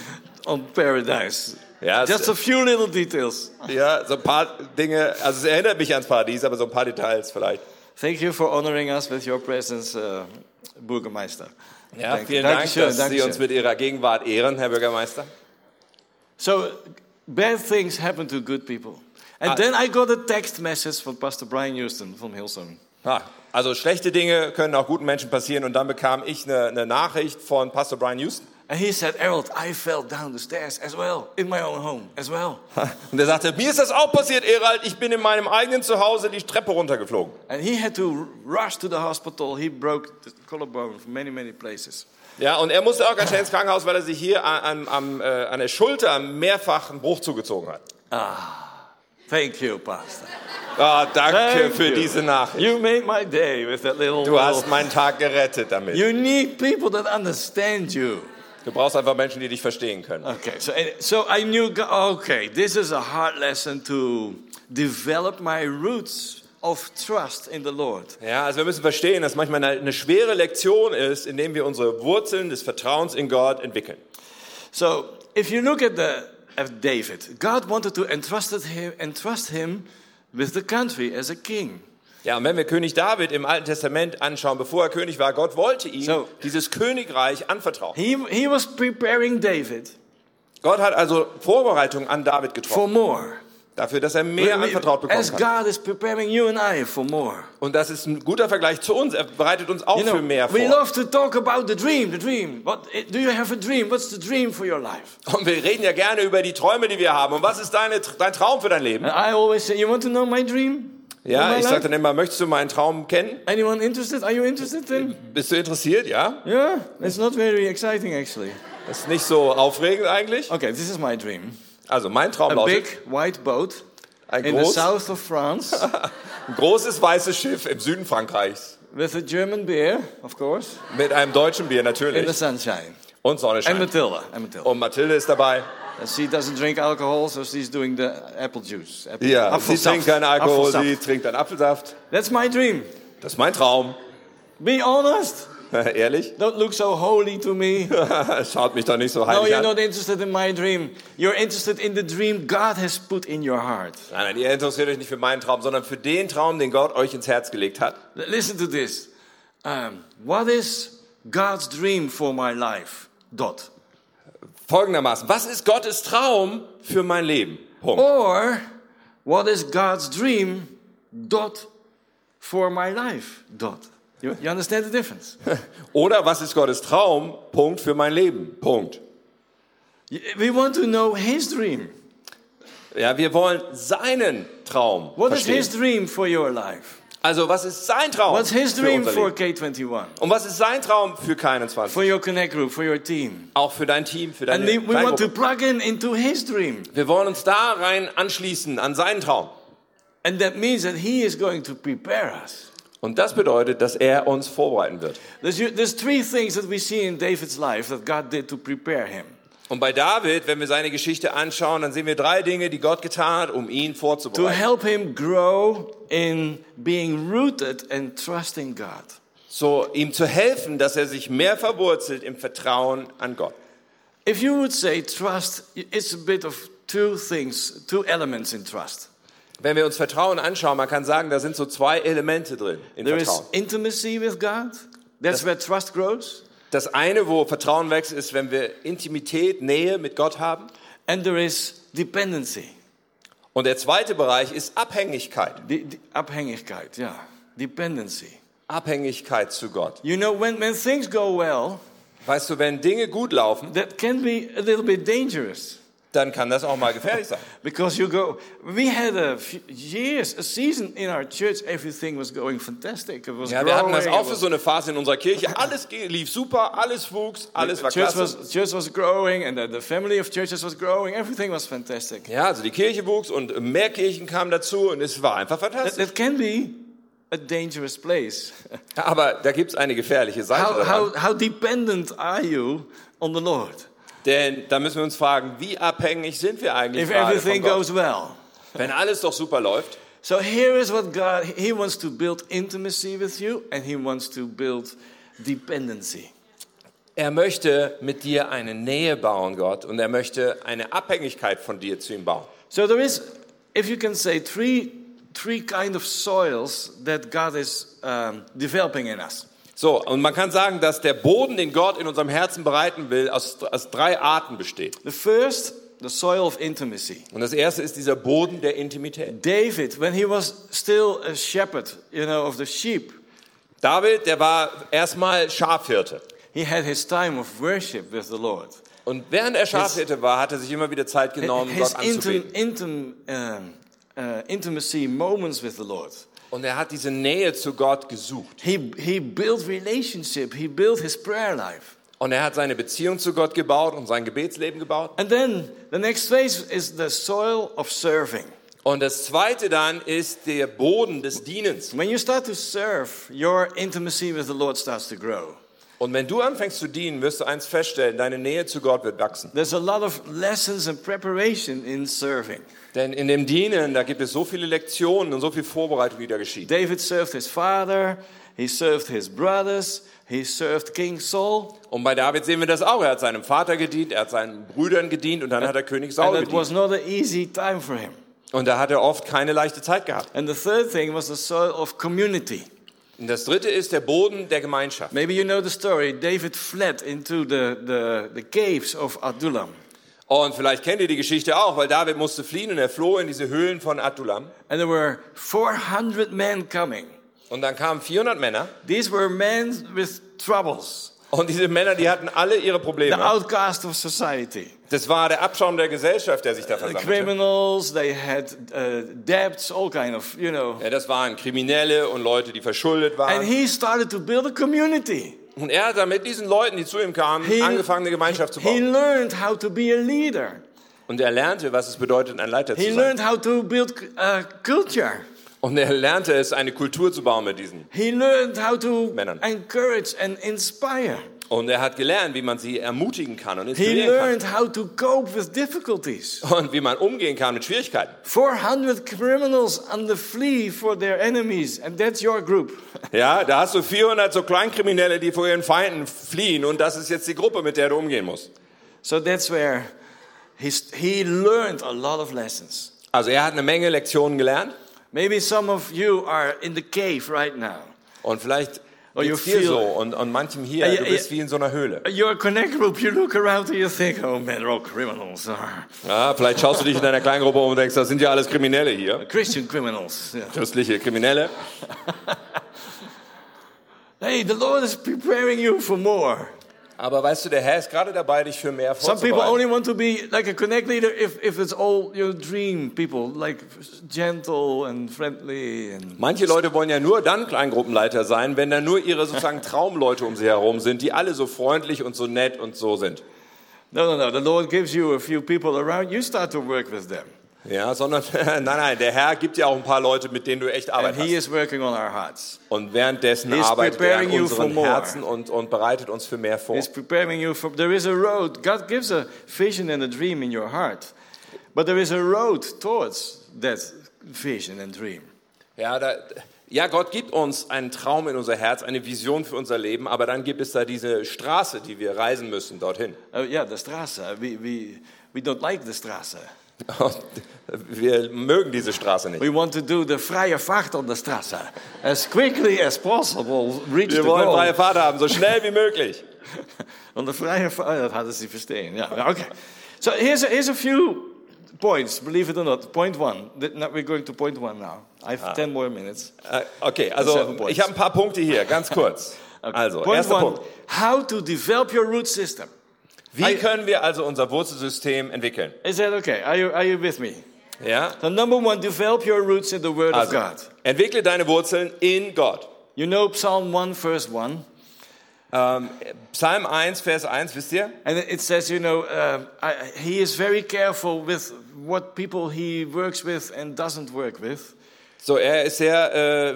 Speaker 2: of paradise.
Speaker 3: Ja, es-
Speaker 2: Just a few little details.
Speaker 3: Ja, so ein paar Dinge, also es erinnert mich ans Paradies, aber so ein paar Details vielleicht.
Speaker 2: Thank you for honoring us with your presence, uh, Bürgermeister.
Speaker 3: Ja,
Speaker 2: Danke.
Speaker 3: vielen Dank,
Speaker 2: Dankeschön,
Speaker 3: dass Sie
Speaker 2: Dankeschön.
Speaker 3: uns mit Ihrer Gegenwart ehren, Herr Bürgermeister.
Speaker 2: So bad things happen to good people. And
Speaker 3: Ah.
Speaker 2: then I got a text message from Pastor Brian Houston from Hillsong.
Speaker 3: Ah, also schlechte Dinge können auch guten Menschen passieren und dann bekam ich eine, eine Nachricht von Pastor Brian Houston
Speaker 2: And he said, Harold, I fell down the stairs as well, in my own home as well.
Speaker 3: und er sagte, mir ist das auch passiert, Erald, ich bin in meinem eigenen Zuhause die Treppe runtergeflogen.
Speaker 2: and he had to r- rush to the hospital. He broke the collarbone from many, many places.
Speaker 3: Ja, und er musste auch ganz schnell ins Krankenhaus, weil er sich hier an, an, am, äh, an der Schulter mehrfach einen Bruch zugezogen hat.
Speaker 2: Thank you, Pastor.
Speaker 3: Ah, danke
Speaker 2: Thank
Speaker 3: für
Speaker 2: you.
Speaker 3: diese Nachricht.
Speaker 2: You made my day with that little.
Speaker 3: Du hast meinen Tag gerettet damit.
Speaker 2: You need people that understand you.
Speaker 3: Du brauchst einfach Menschen, die dich verstehen können.
Speaker 2: Okay, so and- so I knew. go- Okay, this is a hard lesson to develop my roots of trust in the Lord.
Speaker 3: Ja, also wir müssen verstehen, dass manchmal eine, eine schwere Lektion ist, indem wir unsere Wurzeln des Vertrauens in Gott entwickeln.
Speaker 2: So if you look at the at David, God wanted to entrusted him entrust him with the country as a king.
Speaker 3: Ja, und wenn wir König David im Alten Testament anschauen, bevor er König war, Gott wollte ihm
Speaker 2: So.
Speaker 3: dieses Königreich anvertrauen.
Speaker 2: He he was preparing David
Speaker 3: Gott hat also Vorbereitungen an David
Speaker 2: for
Speaker 3: getroffen,
Speaker 2: more.
Speaker 3: dafür, dass er mehr anvertraut
Speaker 2: As
Speaker 3: bekommen hat.
Speaker 2: God is preparing you and I for more.
Speaker 3: Und das ist ein guter Vergleich zu uns. Er bereitet uns auch
Speaker 2: You know,
Speaker 3: für mehr
Speaker 2: we
Speaker 3: vor.
Speaker 2: love to talk about the dream, the dream. What do you have a dream? What's the dream for your life?
Speaker 3: Und wir reden ja gerne über die Träume, die wir haben. Und was ist deine, dein Traum für dein Leben?
Speaker 2: And I always say, you want to know my dream? For
Speaker 3: Ja,
Speaker 2: my
Speaker 3: ich
Speaker 2: life?
Speaker 3: sage dann immer, möchtest du meinen Traum kennen?
Speaker 2: Anyone interested? Are you interested in?
Speaker 3: Bist du interessiert? Ja.
Speaker 2: Yeah, it's not very exciting actually.
Speaker 3: Das ist nicht so aufregend eigentlich.
Speaker 2: Okay, this is my dream.
Speaker 3: Also mein Traum
Speaker 2: A
Speaker 3: lautet,
Speaker 2: big white boat
Speaker 3: ein,
Speaker 2: in the
Speaker 3: groß,
Speaker 2: south of France
Speaker 3: ein großes weißes Schiff im Süden Frankreichs.
Speaker 2: [laughs] with a German beer, of course,
Speaker 3: Mit einem deutschen Bier
Speaker 2: in the
Speaker 3: natürlich.
Speaker 2: sunshine.
Speaker 3: Und Sonne
Speaker 2: And
Speaker 3: scheint.
Speaker 2: Matilda. And Matilda.
Speaker 3: Und Mathilde ist dabei.
Speaker 2: And She doesn't drink alcohol, so she's doing the apple juice. Apple,
Speaker 3: Ja, sie
Speaker 2: appelsaft,
Speaker 3: trinkt keinen Alkohol,
Speaker 2: appelsaft.
Speaker 3: sie trinkt einen Apfelsaft.
Speaker 2: That's my dream.
Speaker 3: Das ist mein Traum. [laughs]
Speaker 2: Be honest.
Speaker 3: Ehrlich?
Speaker 2: Don't look so holy to [laughs] me.
Speaker 3: [laughs] Schaut mich doch nicht so
Speaker 2: No,
Speaker 3: heilig
Speaker 2: you're
Speaker 3: an.
Speaker 2: not interested in my dream. You're interested in the dream God has put in your heart.
Speaker 3: Nein, nein, ihr interessiert euch nicht für meinen Traum, sondern für den Traum, den Gott euch ins Herz gelegt hat.
Speaker 2: L- Listen to this. Um, what is God's dream for my life? Dot.
Speaker 3: Folgendermaßen, was ist Gottes Traum für mein Leben?
Speaker 2: Oh.
Speaker 3: Punkt.
Speaker 2: Or what is God's dream? Dot for my life. Dot. You, you understand the difference?
Speaker 3: [laughs] Oder was ist Gottes Traum? Punkt für mein Leben. Punkt.
Speaker 2: Y- We want to know His dream.
Speaker 3: Ja, wir wollen seinen Traum
Speaker 2: What is
Speaker 3: verstehen.
Speaker 2: His dream for your life?
Speaker 3: also, was ist sein Traum
Speaker 2: What's His
Speaker 3: für
Speaker 2: dream
Speaker 3: unser
Speaker 2: for
Speaker 3: Leben?
Speaker 2: K21?
Speaker 3: Und was ist sein Traum für keinen 20?
Speaker 2: For your Connect group, for your team.
Speaker 3: Auch für dein Team, für
Speaker 2: And
Speaker 3: deine
Speaker 2: we we want to
Speaker 3: Kleingruppe.
Speaker 2: plug in into His dream.
Speaker 3: Wir wollen uns da rein anschließen an seinen Traum.
Speaker 2: And that means that He is going to prepare us.
Speaker 3: Und das bedeutet, dass er uns vorbereiten wird.
Speaker 2: There's, you- there's three things that we see in David's life that God did to prepare him.
Speaker 3: Und bei David, wenn wir seine Geschichte anschauen, dann sehen wir drei Dinge, die Gott getan hat, um ihn
Speaker 2: To
Speaker 3: vorzubereiten.
Speaker 2: help him grow in being rooted and trusting God.
Speaker 3: So, ihm zu helfen, dass er sich mehr verwurzelt im Vertrauen an Gott.
Speaker 2: If you would say trust, it's a bit of two things, two elements in trust.
Speaker 3: Wenn wir uns Vertrauen anschauen, man kann sagen, da sind so zwei Elemente drin in
Speaker 2: There is
Speaker 3: Vertrauen.
Speaker 2: intimacy with God. That's where trust grows.
Speaker 3: Das eine, wo Vertrauen wächst, ist, wenn wir Intimität, Nähe mit Gott haben.
Speaker 2: And there is dependency.
Speaker 3: Und der zweite Bereich ist Abhängigkeit.
Speaker 2: Die, die, Abhängigkeit, yeah. Dependency.
Speaker 3: Abhängigkeit zu Gott.
Speaker 2: You know, when, when things go well,
Speaker 3: Weißt du, wenn Dinge gut laufen,
Speaker 2: that can be a little bit dangerous.
Speaker 3: dann kann das auch mal gefährlich sein.
Speaker 2: Because you go, we had a few years, a season in our church, everything was going fantastic. It was
Speaker 3: Ja, wir
Speaker 2: growing.
Speaker 3: hatten das auch
Speaker 2: it
Speaker 3: für
Speaker 2: was-
Speaker 3: so eine Phase in unserer Kirche. Alles ge- lief super, alles wuchs, alles war
Speaker 2: church
Speaker 3: klasse.
Speaker 2: was church was growing, and the, the family of churches was growing. Everything was fantastic.
Speaker 3: Ja, also die Kirche wuchs und mehr Kirchen kamen dazu und es war einfach
Speaker 2: That,
Speaker 3: fantastisch.
Speaker 2: that can be a dangerous place.
Speaker 3: Aber da gibt es eine gefährliche Seite
Speaker 2: How,
Speaker 3: daran.
Speaker 2: how, how dependent are you on the Lord?
Speaker 3: Denn da müssen wir uns fragen, wie abhängig sind wir eigentlich
Speaker 2: If
Speaker 3: gerade von
Speaker 2: everything
Speaker 3: Gott?
Speaker 2: goes well.
Speaker 3: Wenn alles doch super läuft,
Speaker 2: So here is what God, He wants to build intimacy with you and He wants to build dependency.
Speaker 3: er möchte mit dir eine Nähe bauen, Gott, und er möchte eine Abhängigkeit von dir zu ihm bauen.
Speaker 2: So there is, if you can say, three, three kind of soils that God is um, developing in us.
Speaker 3: So, und man kann sagen, dass der Boden, den Gott in unserem Herzen bereiten will, aus, aus drei Arten besteht.
Speaker 2: The first, the soil of intimacy.
Speaker 3: Und das erste ist dieser Boden der Intimität.
Speaker 2: David, when he was still a shepherd, you know, of the sheep,
Speaker 3: David, der war erstmal Schafhirte.
Speaker 2: he had his time of worship with the Lord.
Speaker 3: Und während er Schafhirte war, hat er sich immer wieder Zeit genommen,
Speaker 2: his
Speaker 3: Gott
Speaker 2: intim,
Speaker 3: anzubeten.
Speaker 2: intim, um, uh, intimacy moments with the Lord.
Speaker 3: Und er hat diese Nähe zu Gott gesucht.
Speaker 2: He, he built relationship. He built his prayer life.
Speaker 3: Und er hat seine Beziehung zu Gott gebaut und sein Gebetsleben gebaut.
Speaker 2: And then the next phase is the soil of serving.
Speaker 3: Und das zweite dann ist der Boden des Dienens.
Speaker 2: When you start to serve, your intimacy with the Lord starts to grow.
Speaker 3: Und wenn du anfängst zu dienen, wirst du eins feststellen, deine Nähe zu Gott wird wachsen.
Speaker 2: There's a lot of lessons and preparation in serving.
Speaker 3: Denn in dem Dienen, da gibt es so viele Lektionen und so viel Vorbereitung, die da geschieht.
Speaker 2: David served his father, he served his brothers, he served King Saul,
Speaker 3: Und bei David sehen wir das auch. Er hat seinem Vater gedient, er hat seinen Brüdern gedient und dann hat er König
Speaker 2: and
Speaker 3: Saul
Speaker 2: it
Speaker 3: gedient.
Speaker 2: was not an easy time for him.
Speaker 3: Und da hat er oft keine leichte Zeit gehabt.
Speaker 2: And the third thing was the soil of community.
Speaker 3: Und das dritte ist der Boden der Gemeinschaft.
Speaker 2: Maybe you know the story. David fled into the, the, the caves of Adullam.
Speaker 3: Und vielleicht kennt ihr die Geschichte auch, weil David musste fliehen und er floh in diese Höhlen von Adullam.
Speaker 2: And there were 400 men coming.
Speaker 3: Und dann kamen 400 Männer.
Speaker 2: These were men with troubles,
Speaker 3: Und diese Männer, die hatten alle ihre
Speaker 2: the
Speaker 3: Probleme.
Speaker 2: outcast of society.
Speaker 3: Das war der Abschaum der Gesellschaft, der sich da
Speaker 2: The
Speaker 3: versammelte.
Speaker 2: criminals, they had uh, debts, all kind of, you know.
Speaker 3: Ja, das waren Kriminelle und Leute, die verschuldet
Speaker 2: And
Speaker 3: waren.
Speaker 2: he started to build a community.
Speaker 3: Und er hat dann mit diesen Leuten, die zu ihm kamen,
Speaker 2: He-
Speaker 3: angefangen, eine Gemeinschaft zu
Speaker 2: He
Speaker 3: bauen.
Speaker 2: learned how to be a leader.
Speaker 3: Und er lernte, was es bedeutet, ein Leiter
Speaker 2: He
Speaker 3: zu sein.
Speaker 2: learned how to build uh, culture.
Speaker 3: Und er lernte es, eine Kultur zu bauen mit diesen.
Speaker 2: He learned how to
Speaker 3: Männern.
Speaker 2: encourage and inspire.
Speaker 3: Und er hat gelernt, wie man sie ermutigen kann und
Speaker 2: He
Speaker 3: inspirieren
Speaker 2: learned how to cope with difficulties.
Speaker 3: kann. Und wie man umgehen kann mit Schwierigkeiten.
Speaker 2: 400 criminals on the flee for their enemies, and that's your group. [laughs]
Speaker 3: Ja, da hast du 400 so Kleinkriminelle, die vor ihren Feinden fliehen. Und das ist jetzt die Gruppe, mit der du umgehen musst.
Speaker 2: So that's where he's, he learned a lot of lessons.
Speaker 3: Also er hat eine Menge Lektionen gelernt.
Speaker 2: Maybe some of you are in the cave right now.
Speaker 3: Und vielleicht
Speaker 2: Oh, you
Speaker 3: geht's dir
Speaker 2: feel- Äh,
Speaker 3: so und, und manchem hier,
Speaker 2: Ja,
Speaker 3: du
Speaker 2: ja,
Speaker 3: bist
Speaker 2: ja.
Speaker 3: wie in so einer Höhle.
Speaker 2: Your connect group, you look around and you think, oh man, they're all criminals. Ah,
Speaker 3: Ja, vielleicht schaust du dich in deiner Kleingruppe um und denkst, das sind ja alles Kriminelle hier,
Speaker 2: Christian criminals. Yeah.
Speaker 3: christliche Kriminelle.
Speaker 2: Hey, the Lord is preparing you for more.
Speaker 3: Aber weißt du, der Herr ist gerade dabei, dich für mehr
Speaker 2: Some people
Speaker 3: vorzubereiten.
Speaker 2: only want to be like a connect leader if, if it's all your dream people, like gentle and friendly and
Speaker 3: Manche Leute wollen ja nur dann Kleingruppenleiter sein, wenn da nur
Speaker 2: [laughs]
Speaker 3: ihre sozusagen Traumleute um sie herum sind, die alle so freundlich und so nett und so sind.
Speaker 2: No, no, no. The Lord gives you a few people around. You start to work with them.
Speaker 3: Ja, sondern [laughs] nein, nein, der Herr gibt ja auch ein paar Leute, mit denen du echt Arbeit
Speaker 2: And He
Speaker 3: hast.
Speaker 2: is working on our hearts.
Speaker 3: Und währenddessen
Speaker 2: He is
Speaker 3: arbeitet er an
Speaker 2: preparing you for
Speaker 3: unseren
Speaker 2: more.
Speaker 3: Herzen und, und bereitet uns für mehr vor.
Speaker 2: He's preparing you for. There is a road. God gives a vision and a dream in your heart, but there is a road towards that vision and dream.
Speaker 3: Ja, da, ja, Gott gibt uns einen Traum in unser Herz, eine Vision für unser Leben, aber dann gibt es da diese Straße, die wir reisen müssen dorthin. [laughs]
Speaker 2: Uh, yeah, the straße. We, we, we don't like the straße.
Speaker 3: Und wir mögen diese Straße nicht.
Speaker 2: We want to do the freie Fahrt on the straße as quickly as possible. Reach
Speaker 3: Wir
Speaker 2: the
Speaker 3: wollen
Speaker 2: goal. [laughs]
Speaker 3: freie Fahrt haben, so schnell wie möglich.
Speaker 2: On the freie Fahrt. oh, Dat hadden ze verstaan. Yeah. Okay. So here's a, here's a few points. Believe it or not. Point one. That- now we're going to point one now. I
Speaker 3: Ah.
Speaker 2: have ten more minutes.
Speaker 3: Äh, Okay,
Speaker 2: Seven
Speaker 3: also
Speaker 2: points.
Speaker 3: ich habe ein paar Punkte hier,
Speaker 2: [laughs]
Speaker 3: ganz kurz. Also,
Speaker 2: point
Speaker 3: erster
Speaker 2: one,
Speaker 3: Punkt.
Speaker 2: how to develop your root system.
Speaker 3: Wie können wir also unser Wurzelsystem entwickeln?
Speaker 2: Is that okay? Are you, are you with me?
Speaker 3: Ja?
Speaker 2: So number one, develop your roots in the Word of
Speaker 3: Also,
Speaker 2: God.
Speaker 3: entwickle deine Wurzeln in Gott.
Speaker 2: You know Psalm 1, verse 1.
Speaker 3: Ähm, Psalm 1, Vers 1, wisst ihr?
Speaker 2: And it says, you know, uh, I, he is very careful with what people he works with and doesn't work with.
Speaker 3: So, er ist sehr äh,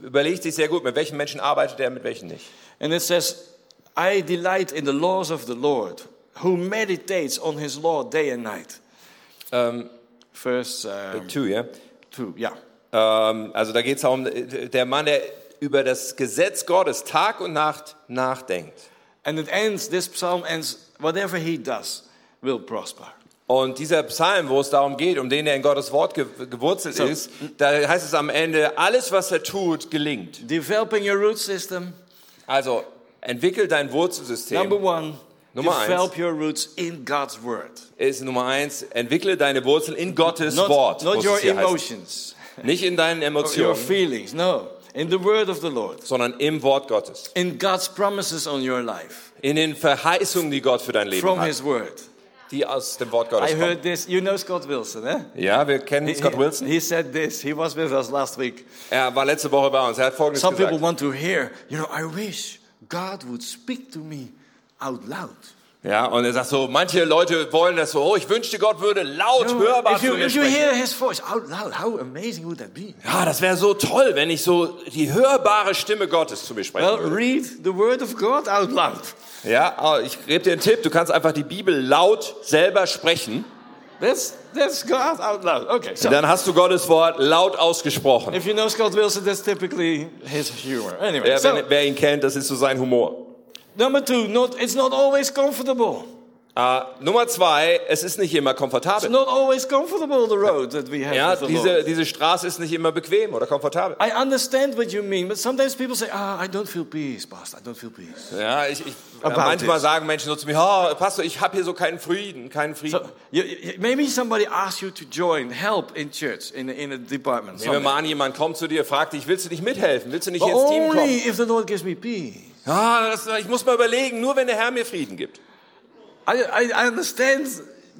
Speaker 3: überlegt sich sehr gut, mit welchen Menschen arbeitet er, mit welchen nicht.
Speaker 2: And it says, I delight in the laws of the Lord, who meditates on his law day and night. Um,
Speaker 3: Ähm,
Speaker 2: Verse um,
Speaker 3: two, ja?
Speaker 2: 2, yeah.
Speaker 3: Ähm, also da geht es darum, äh, der Mann, der über das Gesetz Gottes Tag und Nacht nachdenkt.
Speaker 2: And it ends, this psalm ends, whatever he does will prosper.
Speaker 3: Und dieser Psalm, wo es darum geht, um den er in Gottes Wort ge gewurzelt
Speaker 2: So.
Speaker 3: ist, da heißt es am Ende, alles, was er tut, gelingt.
Speaker 2: Developing your root system,
Speaker 3: Also entwickel dein Wurzelsystem.
Speaker 2: number one,
Speaker 3: Nummer eins.
Speaker 2: develop your roots in God's word.
Speaker 3: ist Nummer eins, entwickle deine Wurzel in Gottes
Speaker 2: Not,
Speaker 3: Wort.
Speaker 2: not
Speaker 3: muss
Speaker 2: your
Speaker 3: es hier heißen.
Speaker 2: emotions,
Speaker 3: Nicht in deinen
Speaker 2: your
Speaker 3: Emotionen,
Speaker 2: feelings, no. In the word of the Lord,
Speaker 3: sondern im Wort Gottes.
Speaker 2: in God's promises on your life,
Speaker 3: In den Verheißungen, die Gott für dein Leben
Speaker 2: from
Speaker 3: hat,
Speaker 2: his word.
Speaker 3: die aus dem Wort Gottes
Speaker 2: I
Speaker 3: kommen.
Speaker 2: heard this, you know Scott Wilson, eh?
Speaker 3: Ja, wir kennen Scott
Speaker 2: He-
Speaker 3: Wilson.
Speaker 2: He said this, he was with us last week.
Speaker 3: Er war letzte Woche bei uns. Er hat Folgendes
Speaker 2: Some people
Speaker 3: gesagt.
Speaker 2: want to hear, you know, I wish God would speak to me out loud.
Speaker 3: Ja, und er sagt so, manche Leute wollen das so, oh, ich wünschte, Gott würde laut hörbar
Speaker 2: if you,
Speaker 3: zu mir
Speaker 2: if you
Speaker 3: sprechen.
Speaker 2: hear his voice out loud, how amazing would that be?
Speaker 3: Ja, das wäre so toll, wenn ich so die hörbare Stimme Gottes zu mir sprechen
Speaker 2: Well,
Speaker 3: würde.
Speaker 2: read the word of God out loud.
Speaker 3: Ja, aber ich gebe dir einen Tipp, du kannst einfach die Bibel laut selber sprechen.
Speaker 2: That's, that's God out loud. Okay, so
Speaker 3: Dann hast du Gottes Wort laut ausgesprochen.
Speaker 2: if you know Scott Wilson, that's typically his humor. Anyway,
Speaker 3: Ja,
Speaker 2: so,
Speaker 3: wenn, wer ihn kennt, das ist so sein Humor.
Speaker 2: number two, not, it's not always comfortable.
Speaker 3: Ah, Nummer zwei, es ist nicht immer
Speaker 2: It's
Speaker 3: komfortabel.
Speaker 2: not always comfortable, the road that we have
Speaker 3: Ja,
Speaker 2: with the Lord.
Speaker 3: diese, diese Straße ist nicht immer bequem oder komfortabel.
Speaker 2: I understand what you mean, but sometimes people say, ah, I don't feel peace, Pastor, I don't feel peace.
Speaker 3: Ja, ich, ich,
Speaker 2: About
Speaker 3: manchmal
Speaker 2: this.
Speaker 3: sagen Menschen so zu mir, oh, Pastor, ich habe hier so keinen Frieden, keinen Frieden.
Speaker 2: So, you, you- maybe somebody asks you to join, help in church, in, a- in a department.
Speaker 3: Nehmen wir
Speaker 2: something.
Speaker 3: mal an, jemand kommt zu dir, fragt dich, willst du nicht mithelfen? Willst du nicht
Speaker 2: But
Speaker 3: hier ins Team
Speaker 2: only
Speaker 3: kommen?
Speaker 2: if the Lord gives me peace.
Speaker 3: Ja, das, ich muss mal überlegen, nur wenn der Herr mir Frieden gibt.
Speaker 2: I, I, I understand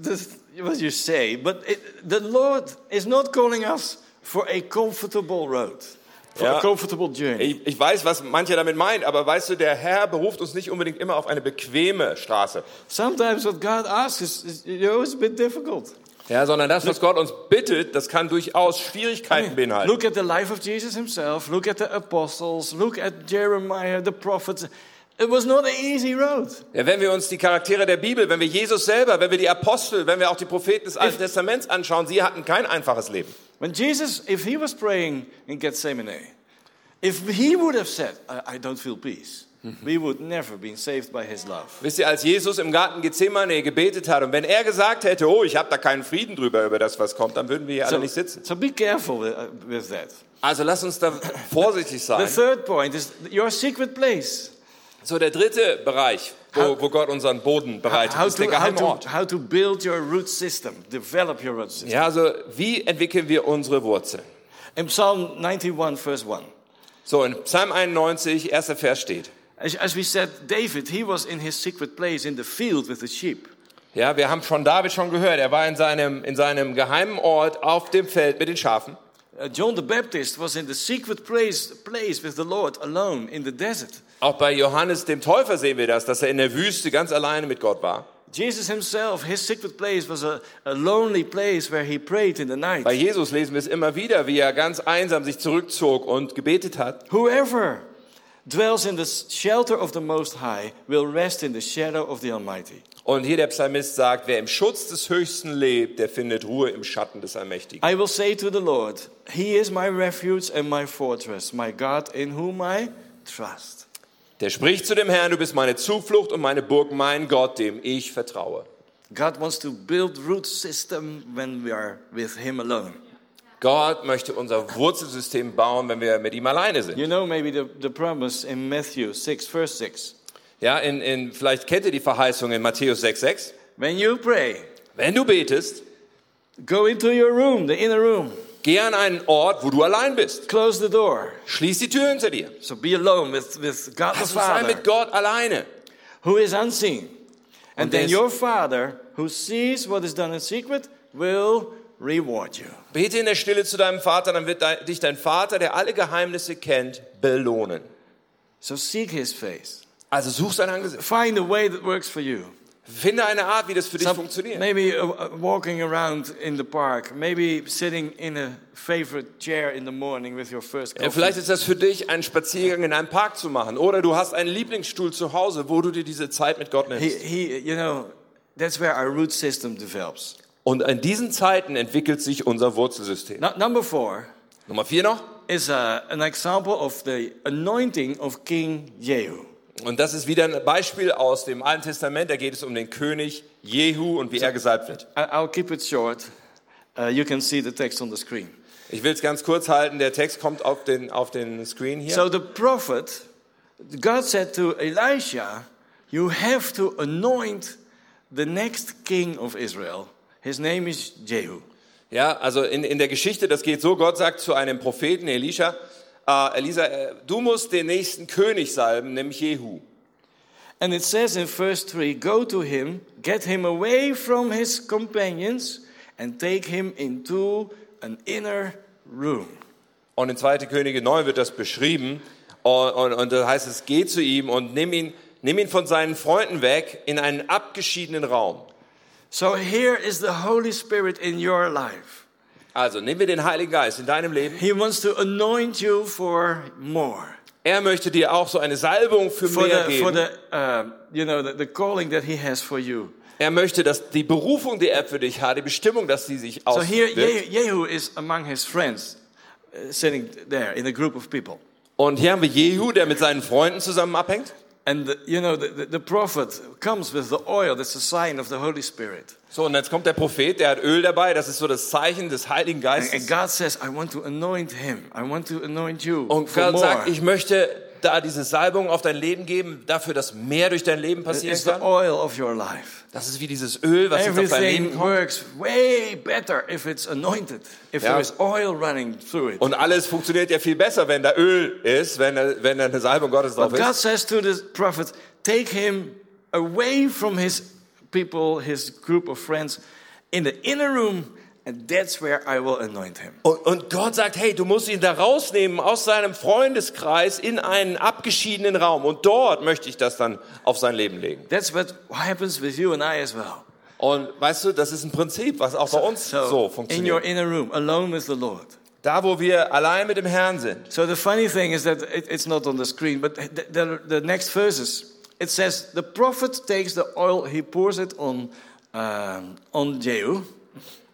Speaker 2: this, what you say, but it, the Lord is not calling us for a comfortable road, for
Speaker 3: Ja.
Speaker 2: a comfortable journey.
Speaker 3: Ich, ich weiß, was manche damit meint, aber weißt du, der Herr beruft uns nicht unbedingt immer auf eine bequeme Straße.
Speaker 2: Sometimes what God asks is, is you know, it's a bit difficult.
Speaker 3: Ja, sondern das, was Gott uns bittet, das kann durchaus Schwierigkeiten beinhalten.
Speaker 2: Look at the life of Jesus himself. Look at the apostles. Look at Jeremiah, the prophets. It was not an easy road.
Speaker 3: Ja, wenn wir uns die Charaktere der Bibel, wenn wir Jesus selber, wenn wir die Apostel, wenn wir auch die Propheten des Alten Testaments anschauen, sie hatten kein einfaches Leben.
Speaker 2: When Jesus, if he was praying in Gethsemane, if he would have said, I, I don't feel peace, we would never been saved by his love.
Speaker 3: Wisst ihr, als Jesus im Garten Gethsemane gebetet hat und wenn er gesagt hätte, oh, ich habe da keinen Frieden drüber über das, was kommt, dann würden wir hier alle nicht sitzen.
Speaker 2: so be careful with, uh, with that.
Speaker 3: Also lass [coughs] uns da vorsichtig
Speaker 2: The
Speaker 3: sein.
Speaker 2: third point is your secret place.
Speaker 3: So der dritte Bereich, wo, wo Gott unseren Boden bereitet,
Speaker 2: How
Speaker 3: ist der
Speaker 2: to, how,
Speaker 3: geheime
Speaker 2: to,
Speaker 3: Ort.
Speaker 2: how to build your root system, develop your root system.
Speaker 3: Ja, also wie entwickeln wir unsere Wurzeln?
Speaker 2: In Psalm 91, verse 1.
Speaker 3: So in Psalm 91, erster Vers steht.
Speaker 2: As, as we said, David, he was in his secret place in the field with the sheep.
Speaker 3: Ja, wir haben schon David schon gehört. Er war in seinem, in seinem geheimen Ort auf dem Feld mit den Schafen.
Speaker 2: Uh, John the Baptist was in the secret place, place with the Lord alone in the desert.
Speaker 3: Auch bei Johannes dem Täufer sehen wir das, dass er in der Wüste ganz alleine mit Gott war.
Speaker 2: Jesus himself, his secret place was a, a lonely place where he prayed in the night.
Speaker 3: Bei Jesus lesen wir es immer wieder, wie er ganz einsam sich zurückzog und gebetet hat.
Speaker 2: Whoever dwells in the s- shelter of the Most High will rest in the shadow of the Almighty.
Speaker 3: Und hier der Psalmist sagt, wer im Schutz des Höchsten lebt, der findet Ruhe im Schatten des Allmächtigen.
Speaker 2: I will say to the Lord, He is my refuge and my fortress, my God in whom I trust.
Speaker 3: Der spricht zu dem Herrn, du bist meine Zuflucht und meine Burg, mein Gott, dem ich vertraue.
Speaker 2: God wants to build root system when we are with Him alone.
Speaker 3: Gott möchte unser Wurzelsystem bauen, wenn wir mit ihm alleine sind.
Speaker 2: You know maybe the, the promise in Matthew 6, verse 6.
Speaker 3: Ja, in, in, vielleicht kennt ihr die Verheißung in Matthäus 6,6.
Speaker 2: When you pray,
Speaker 3: Wenn du betest,
Speaker 2: go into your room, the inner room,
Speaker 3: geh an einen Ort, wo du allein bist.
Speaker 2: close the door.
Speaker 3: Schließ die Tür hinter dir.
Speaker 2: So be alone with, with God the
Speaker 3: Also sei
Speaker 2: Father,
Speaker 3: mit Gott alleine.
Speaker 2: who is unseen. And then
Speaker 3: there's-
Speaker 2: your Father, who sees what is done in secret, will reward you.
Speaker 3: Bete in der Stille zu deinem Vater, dann wird dein, dich dein Vater, der alle Geheimnisse kennt, belohnen.
Speaker 2: So seek His face.
Speaker 3: Also such sein Angesicht.
Speaker 2: Find a way that works for you.
Speaker 3: Finde eine Art, wie das für dich
Speaker 2: Some-
Speaker 3: funktioniert.
Speaker 2: Maybe uh, uh, walking around in the park. Maybe sitting in a favorite chair in the morning with your first
Speaker 3: Ja,
Speaker 2: coffee.
Speaker 3: vielleicht ist das für dich, einen Spaziergang in einem Park zu machen. Oder du hast einen Lieblingsstuhl zu Hause, wo du dir diese Zeit mit Gott
Speaker 2: he,
Speaker 3: nimmst.
Speaker 2: he, you know, that's where our root system develops.
Speaker 3: Und in diesen Zeiten entwickelt sich unser Wurzelsystem.
Speaker 2: Nu- number four
Speaker 3: Nummer vier noch.
Speaker 2: is uh, an example of the anointing of King Jehu.
Speaker 3: Und das ist wieder ein Beispiel aus dem Alten Testament. Da geht es um den König Jehu und wie er gesalbt wird.
Speaker 2: I, I'll keep it short. Uh, you can see the text on the screen.
Speaker 3: Ich will es ganz kurz halten. Der Text kommt auf den, auf den Screen hier.
Speaker 2: So the prophet, God said to Elisha, You have to anoint the next king of Israel. His name is Jehu.
Speaker 3: Ja, also in, in der Geschichte, das geht so, Gott sagt zu einem Propheten, Elisha, äh, Elisa, äh, du musst den nächsten König salben, nämlich Jehu.
Speaker 2: And it says in verse 3 Go to him, get him away from his companions, and take him into an inner room.
Speaker 3: Und in 2. Könige 9 wird das beschrieben. Und, und, und da heißt es, geh zu ihm und nimm ihn, nimm ihn von seinen Freunden weg in einen abgeschiedenen Raum.
Speaker 2: So here is the Holy Spirit in your life.
Speaker 3: Also nehmen wir den Heiligen Geist in deinem Leben.
Speaker 2: He wants to anoint you for more.
Speaker 3: Er möchte dir auch so eine Salbung für
Speaker 2: For
Speaker 3: mehr
Speaker 2: the, for
Speaker 3: geben.
Speaker 2: the uh, you know, the, the calling that he has for you.
Speaker 3: Er möchte, dass die Berufung, die er für dich hat, die Bestimmung, dass sie sich
Speaker 2: So here
Speaker 3: auswirkt.
Speaker 2: Jehu, Jehu is among his friends, uh, sitting there in a group of people.
Speaker 3: und hier haben wir Jehu, der mit seinen Freunden zusammen abhängt.
Speaker 2: And the, you know, the, the, the prophet comes with the oil, that's a sign of the Holy Spirit.
Speaker 3: So, und jetzt kommt der Prophet, der hat Öl dabei. Das ist so das Zeichen des Heiligen
Speaker 2: And, and
Speaker 3: Geistes.
Speaker 2: God says, I want to anoint him, I want to anoint you.
Speaker 3: Und
Speaker 2: for
Speaker 3: Gott
Speaker 2: more.
Speaker 3: Oh, sagt, ich möchte da diese Salbung auf dein Leben geben, dafür, dass mehr durch dein Leben passieren
Speaker 2: it's the
Speaker 3: kann.
Speaker 2: oil of your life.
Speaker 3: Das ist wie dieses Öl, was jetzt auf dein Leben
Speaker 2: Everything
Speaker 3: kommt.
Speaker 2: works way better if it's anointed, if
Speaker 3: Ja.
Speaker 2: there is oil running through it.
Speaker 3: Und alles funktioniert ja viel besser, wenn da Öl ist, wenn da, wenn da eine Salbung Gottes drauf
Speaker 2: But God
Speaker 3: ist.
Speaker 2: says to the prophet, take him away from his people, his group of friends, in the inner room, and that's where I will anoint him.
Speaker 3: Und, und Gott sagt, hey, du musst ihn da rausnehmen aus seinem Freundeskreis in einen abgeschiedenen Raum. Und dort möchte ich das dann auf sein Leben legen.
Speaker 2: That's what happens with you and I as well.
Speaker 3: Und weißt du, das ist ein Prinzip, was auch bei uns so
Speaker 2: in your
Speaker 3: funktioniert.
Speaker 2: inner room, alone with the Lord.
Speaker 3: Da, wo wir allein mit dem Herrn sind.
Speaker 2: So the funny thing is that it, it's not on the screen, but the, the, the next verses it says the prophet takes the oil, he pours it on um, on Jehu,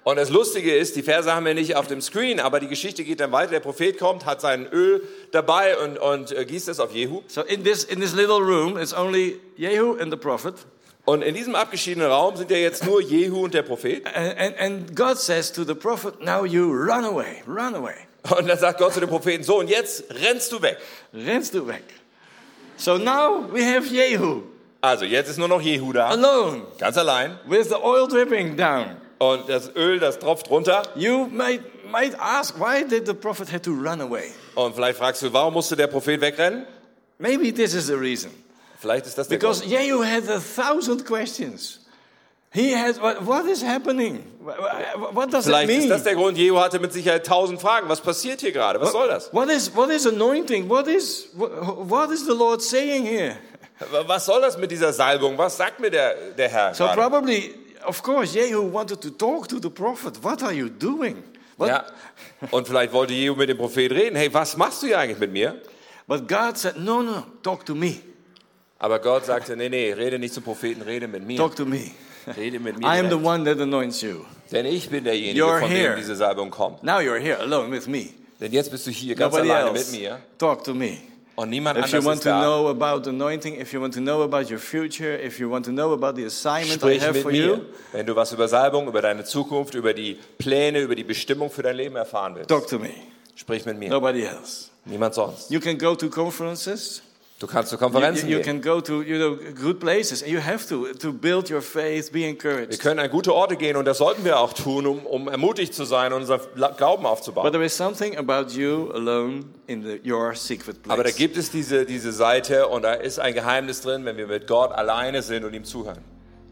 Speaker 3: Und das Lustige ist, die Verse haben wir nicht auf dem Screen, aber die Geschichte geht dann weiter. Der Prophet kommt, hat sein Öl dabei und, und äh, gießt es auf Jehu.
Speaker 2: So in this in this little room, it's only Jehu and the prophet,
Speaker 3: Und in diesem abgeschiedenen Raum sind ja jetzt nur Jehu und der Prophet. [laughs]
Speaker 2: and, and, and God says to the prophet, "Now you run away, run away,
Speaker 3: Und dann sagt Gott zu dem Propheten, so, und jetzt rennst du weg.
Speaker 2: rens the weg." So now we have Jehu
Speaker 3: Also, jetzt ist nur noch Jehu da,
Speaker 2: alone
Speaker 3: ganz allein.
Speaker 2: with the oil dripping down.
Speaker 3: Und das Öl, das tropft runter.
Speaker 2: You might might ask, why did the prophet had to run away?
Speaker 3: Und vielleicht fragst du, warum musste der Prophet wegrennen?
Speaker 2: Maybe this is the reason.
Speaker 3: Vielleicht ist das der
Speaker 2: Because
Speaker 3: Grund.
Speaker 2: Jehu had a thousand questions. He had, what, what is happening? What, what does it
Speaker 3: Vielleicht ist
Speaker 2: mean?
Speaker 3: das der Grund. Jehu hatte mit Sicherheit tausend Fragen. Was passiert hier gerade? Was soll das?
Speaker 2: What is, what is anointing? What is, what, what is the Lord saying here?
Speaker 3: Was soll das mit dieser Salbung? Was sagt mir der, der Herr
Speaker 2: So
Speaker 3: gerade?
Speaker 2: probably, of course, Jehu wanted to talk to the prophet. What are you doing? What-
Speaker 3: Ja. Und vielleicht wollte Jehu mit dem Prophet reden. Hey, was machst du hier eigentlich mit mir?
Speaker 2: But God said, no, no, talk to me.
Speaker 3: Aber Gott sagte, nee, nee, rede nicht zum Propheten, rede mit mir.
Speaker 2: Talk to [laughs] me.
Speaker 3: Rede mit mir.
Speaker 2: I am the
Speaker 3: direkt.
Speaker 2: one that anoints you.
Speaker 3: Denn ich bin derjenige,
Speaker 2: You're
Speaker 3: von
Speaker 2: here.
Speaker 3: dem diese Salbung kommt.
Speaker 2: Now you're here alone with me.
Speaker 3: Denn jetzt bist du hier ganz
Speaker 2: Nobody
Speaker 3: alleine
Speaker 2: else.
Speaker 3: mit mir
Speaker 2: Talk to me.
Speaker 3: und niemand
Speaker 2: If you
Speaker 3: anderes
Speaker 2: want
Speaker 3: ist
Speaker 2: to
Speaker 3: da.
Speaker 2: know about anointing, if you want to know about your future, if you want to know about the assignment I
Speaker 3: Sprich
Speaker 2: have
Speaker 3: mit
Speaker 2: for
Speaker 3: mir,
Speaker 2: you,
Speaker 3: wenn du was über Salbung, über deine Zukunft, über die Pläne, über die Bestimmung für dein Leben erfahren willst.
Speaker 2: talk to me.
Speaker 3: Sprich mit mir,
Speaker 2: Nobody else.
Speaker 3: niemand sonst.
Speaker 2: You can go to conferences.
Speaker 3: Du kannst zu
Speaker 2: You,
Speaker 3: Konferenzen
Speaker 2: you can
Speaker 3: gehen.
Speaker 2: go to you know good places, and you have to to build your faith, be
Speaker 3: Wir
Speaker 2: encouraged.
Speaker 3: können an gute Orte gehen und das sollten wir auch tun, um, um ermutigt zu sein und unseren Glauben
Speaker 2: But
Speaker 3: aufzubauen.
Speaker 2: there is something about you alone in the, your secret place.
Speaker 3: Aber da gibt es diese, diese Seite und da ist ein Geheimnis drin, wenn wir mit Gott alleine sind und ihm zuhören.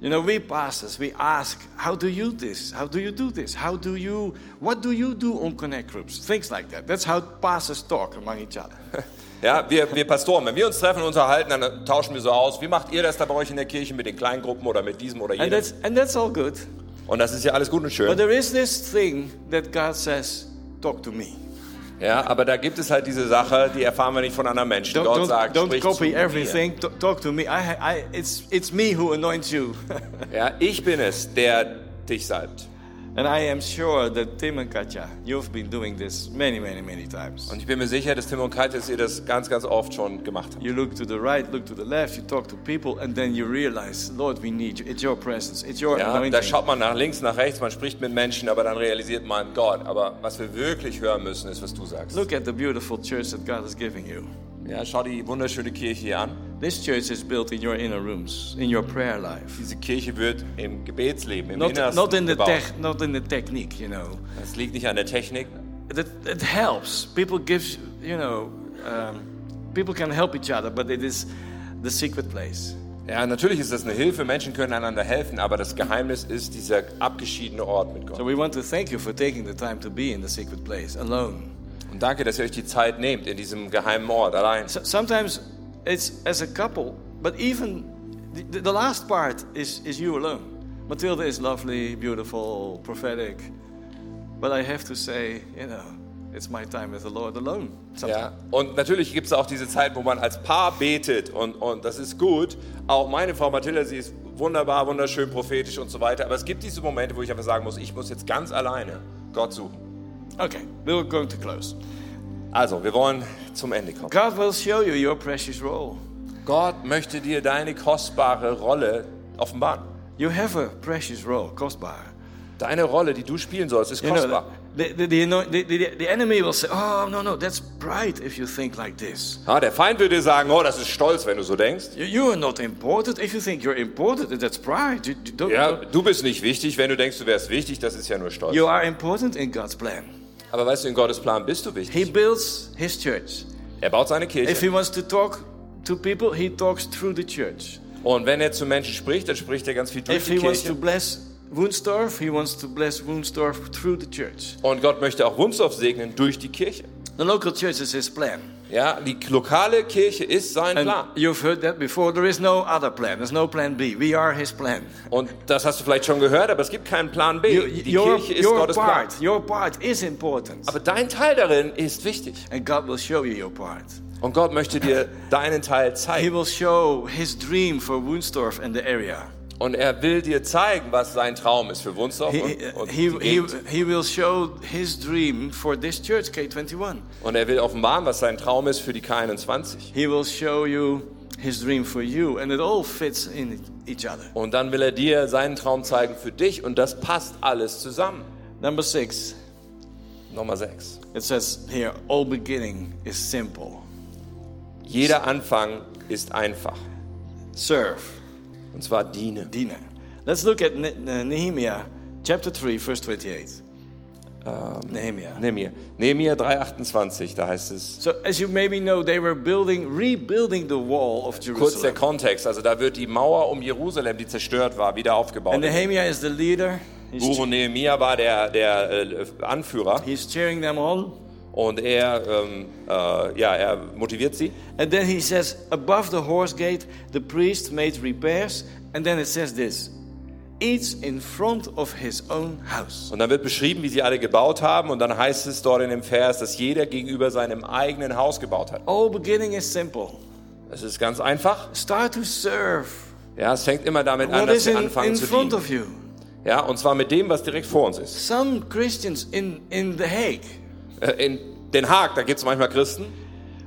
Speaker 2: you know, we pastors we ask, how do you this? How do you do this? How do
Speaker 3: [laughs]
Speaker 2: you? What do you do on connect groups? Things like that. That's how pastors talk among each other.
Speaker 3: Ja, wir, wir Pastoren, wenn wir uns treffen und unterhalten, dann tauschen wir so aus. Wie macht ihr das da bei euch in der Kirche mit den Kleingruppen oder mit diesem oder
Speaker 2: And
Speaker 3: jenem?
Speaker 2: that's, and that's all good.
Speaker 3: Und das ist ja alles gut und
Speaker 2: But
Speaker 3: schön.
Speaker 2: there is this thing that God says, talk to me.
Speaker 3: Ja, aber da gibt es halt diese Sache, die erfahren wir nicht von anderen Menschen.
Speaker 2: Don't,
Speaker 3: Gott
Speaker 2: don't-
Speaker 3: sagt,
Speaker 2: don't
Speaker 3: sprich zu
Speaker 2: copy
Speaker 3: mir.
Speaker 2: everything. T- talk to me. I, I, it's, it's me who anoints you. [laughs]
Speaker 3: Ja, ich bin es, der dich salbt.
Speaker 2: and I am sure that Tim and Katja, you've been doing this many, many, many times.
Speaker 3: Und ich bin mir sicher, dass Tim und Katja, dass ihr das ganz, ganz oft schon gemacht habt.
Speaker 2: You look to the right, look to the left, you talk to people, and then you realize, Lord, we need you. It's your presence, it's your
Speaker 3: Ja, da
Speaker 2: anointing.
Speaker 3: schaut man nach links, nach rechts, man spricht mit Menschen, aber dann realisiert man, Gott, aber was wir wirklich hören müssen, ist, was du sagst.
Speaker 2: Look at the beautiful church that God is giving you.
Speaker 3: Ja, schau die wunderschöne Kirche hier an.
Speaker 2: This church is built in your inner rooms, in your prayer life.
Speaker 3: Diese Kirche wird im Gebetsleben, im
Speaker 2: Not,
Speaker 3: Innersten
Speaker 2: not in the
Speaker 3: gebaut.
Speaker 2: tech, not in the technique, you know.
Speaker 3: Das liegt nicht an der Technik.
Speaker 2: That it helps. People gives, you know, um, people can help each other, but it is the secret place.
Speaker 3: Ja, natürlich ist das eine Hilfe, Menschen können einander helfen, aber das Geheimnis ist dieser abgeschiedene Ort mit
Speaker 2: So
Speaker 3: Gott.
Speaker 2: we want to thank you for taking the time to be in the secret place alone.
Speaker 3: Und danke, dass ihr euch die Zeit nehmt in diesem geheimen Ort allein.
Speaker 2: So, sometimes it's as a couple, but even the, the last part is, is you alone. Matilda is lovely, beautiful, prophetic, but I have to say, you know, it's my time with the Lord alone.
Speaker 3: Ja, und natürlich gibt es auch diese Zeit, wo man als Paar betet und, und das ist gut. Auch meine Frau Mathilda, sie ist wunderbar, wunderschön, prophetisch und so weiter. Aber es gibt diese Momente, wo ich einfach sagen muss, ich muss jetzt ganz alleine Gott suchen.
Speaker 2: Okay, we're going to close.
Speaker 3: Also, wir wollen zum Ende kommen.
Speaker 2: God will show you your precious role.
Speaker 3: Gott möchte dir deine kostbare Rolle offenbaren.
Speaker 2: You have a precious role, kostbaar.
Speaker 3: Deine Rolle, die du spielen sollst, ist
Speaker 2: You know,
Speaker 3: kostbar.
Speaker 2: the, the, the, anno- the, the, the enemy will say, oh, no, no, that's pride if you think like this.
Speaker 3: Ah, der Feind würde dir sagen, oh, das ist stolz, wenn du so denkst.
Speaker 2: You, you are not important. If you think you're important, that's pride. You, you don't,
Speaker 3: Ja, du bist nicht wichtig, wenn du denkst, du wärst wichtig, das ist ja nur Stolz.
Speaker 2: You are important in God's plan.
Speaker 3: Aber weißt du, in Gottes Plan bist du
Speaker 2: He
Speaker 3: wichtig.
Speaker 2: builds his church.
Speaker 3: Er baut seine
Speaker 2: If
Speaker 3: Kirche.
Speaker 2: he wants to talk to people, he talks through the church.
Speaker 3: Und wenn er zu Menschen spricht, dann spricht er ganz viel durch
Speaker 2: If
Speaker 3: die
Speaker 2: he wants
Speaker 3: Kirche.
Speaker 2: to bless Woensdorf, he wants to bless Woensdorf through the church.
Speaker 3: Und Gott möchte auch Wumsdorf segnen durch die Kirche.
Speaker 2: The local church is his plan.
Speaker 3: Ja, die lokale Kirche ist sein
Speaker 2: And
Speaker 3: Plan.
Speaker 2: you've heard that before. There is no other plan. There's no plan B. We are his plan.
Speaker 3: Und das hast du vielleicht schon gehört, aber es gibt keinen Plan B.
Speaker 2: You-
Speaker 3: die
Speaker 2: your,
Speaker 3: Kirche ist
Speaker 2: your
Speaker 3: Gottes Plan.
Speaker 2: part, your part is important.
Speaker 3: Aber dein Teil darin ist wichtig.
Speaker 2: And God will show you your part.
Speaker 3: Und Gott möchte dir deinen Teil
Speaker 2: He
Speaker 3: zeigen.
Speaker 2: will show his dream for Woensdorf and the area.
Speaker 3: Und er will dir zeigen, was sein Traum ist für Wunsdorf
Speaker 2: He, uh,
Speaker 3: und, und,
Speaker 2: he,
Speaker 3: die
Speaker 2: he,
Speaker 3: Gegend.
Speaker 2: he will show his dream for this church, K21.
Speaker 3: und er will offenbaren, was sein Traum ist für die K21.
Speaker 2: He will show you his dream for you, and it all fits in each other.
Speaker 3: Und dann will er dir seinen Traum zeigen für dich und das passt alles zusammen.
Speaker 2: Number six,
Speaker 3: Nummer 6.
Speaker 2: it says here, all beginning is simple.
Speaker 3: Jeder Anfang ist einfach.
Speaker 2: Serve,
Speaker 3: Und zwar diene.
Speaker 2: Dina. Let's look at Ne- Ne- Nehemiah chapter 3, verse 28. Um, Nehemiah.
Speaker 3: Nehemiah. Nehemiah 3,28, da heißt es.
Speaker 2: So, as you maybe know, they were building, rebuilding the wall of
Speaker 3: Kurz der
Speaker 2: Jerusalem.
Speaker 3: Kontext, also da wird die Mauer um Jerusalem, die zerstört war, wieder
Speaker 2: And
Speaker 3: aufgebaut.
Speaker 2: Nehemiah is the leader. He's,
Speaker 3: Guru Nehemiah war der, der äh, Anführer
Speaker 2: he's cheering them on.
Speaker 3: und er, ähm, äh, ja, er motiviert sie.
Speaker 2: And then he says, above the horse gate, the priest made repairs. And then it says this each in front of his own house.
Speaker 3: Und dann wird beschrieben, wie sie alle gebaut haben und dann heißt es dort in dem Vers, dass jeder gegenüber seinem eigenen Haus gebaut hat.
Speaker 2: All beginning is simple.
Speaker 3: Es ist ganz einfach.
Speaker 2: Start to serve
Speaker 3: Ja, es fängt immer damit an,
Speaker 2: what
Speaker 3: dass
Speaker 2: is
Speaker 3: wir
Speaker 2: in, in
Speaker 3: anfangen zu
Speaker 2: front
Speaker 3: dienen.
Speaker 2: of you.
Speaker 3: Ja, und zwar mit dem, was direkt vor uns ist.
Speaker 2: Some Christians in, in The Hague,
Speaker 3: Äh, In Den Haag, da gibt es manchmal Christen,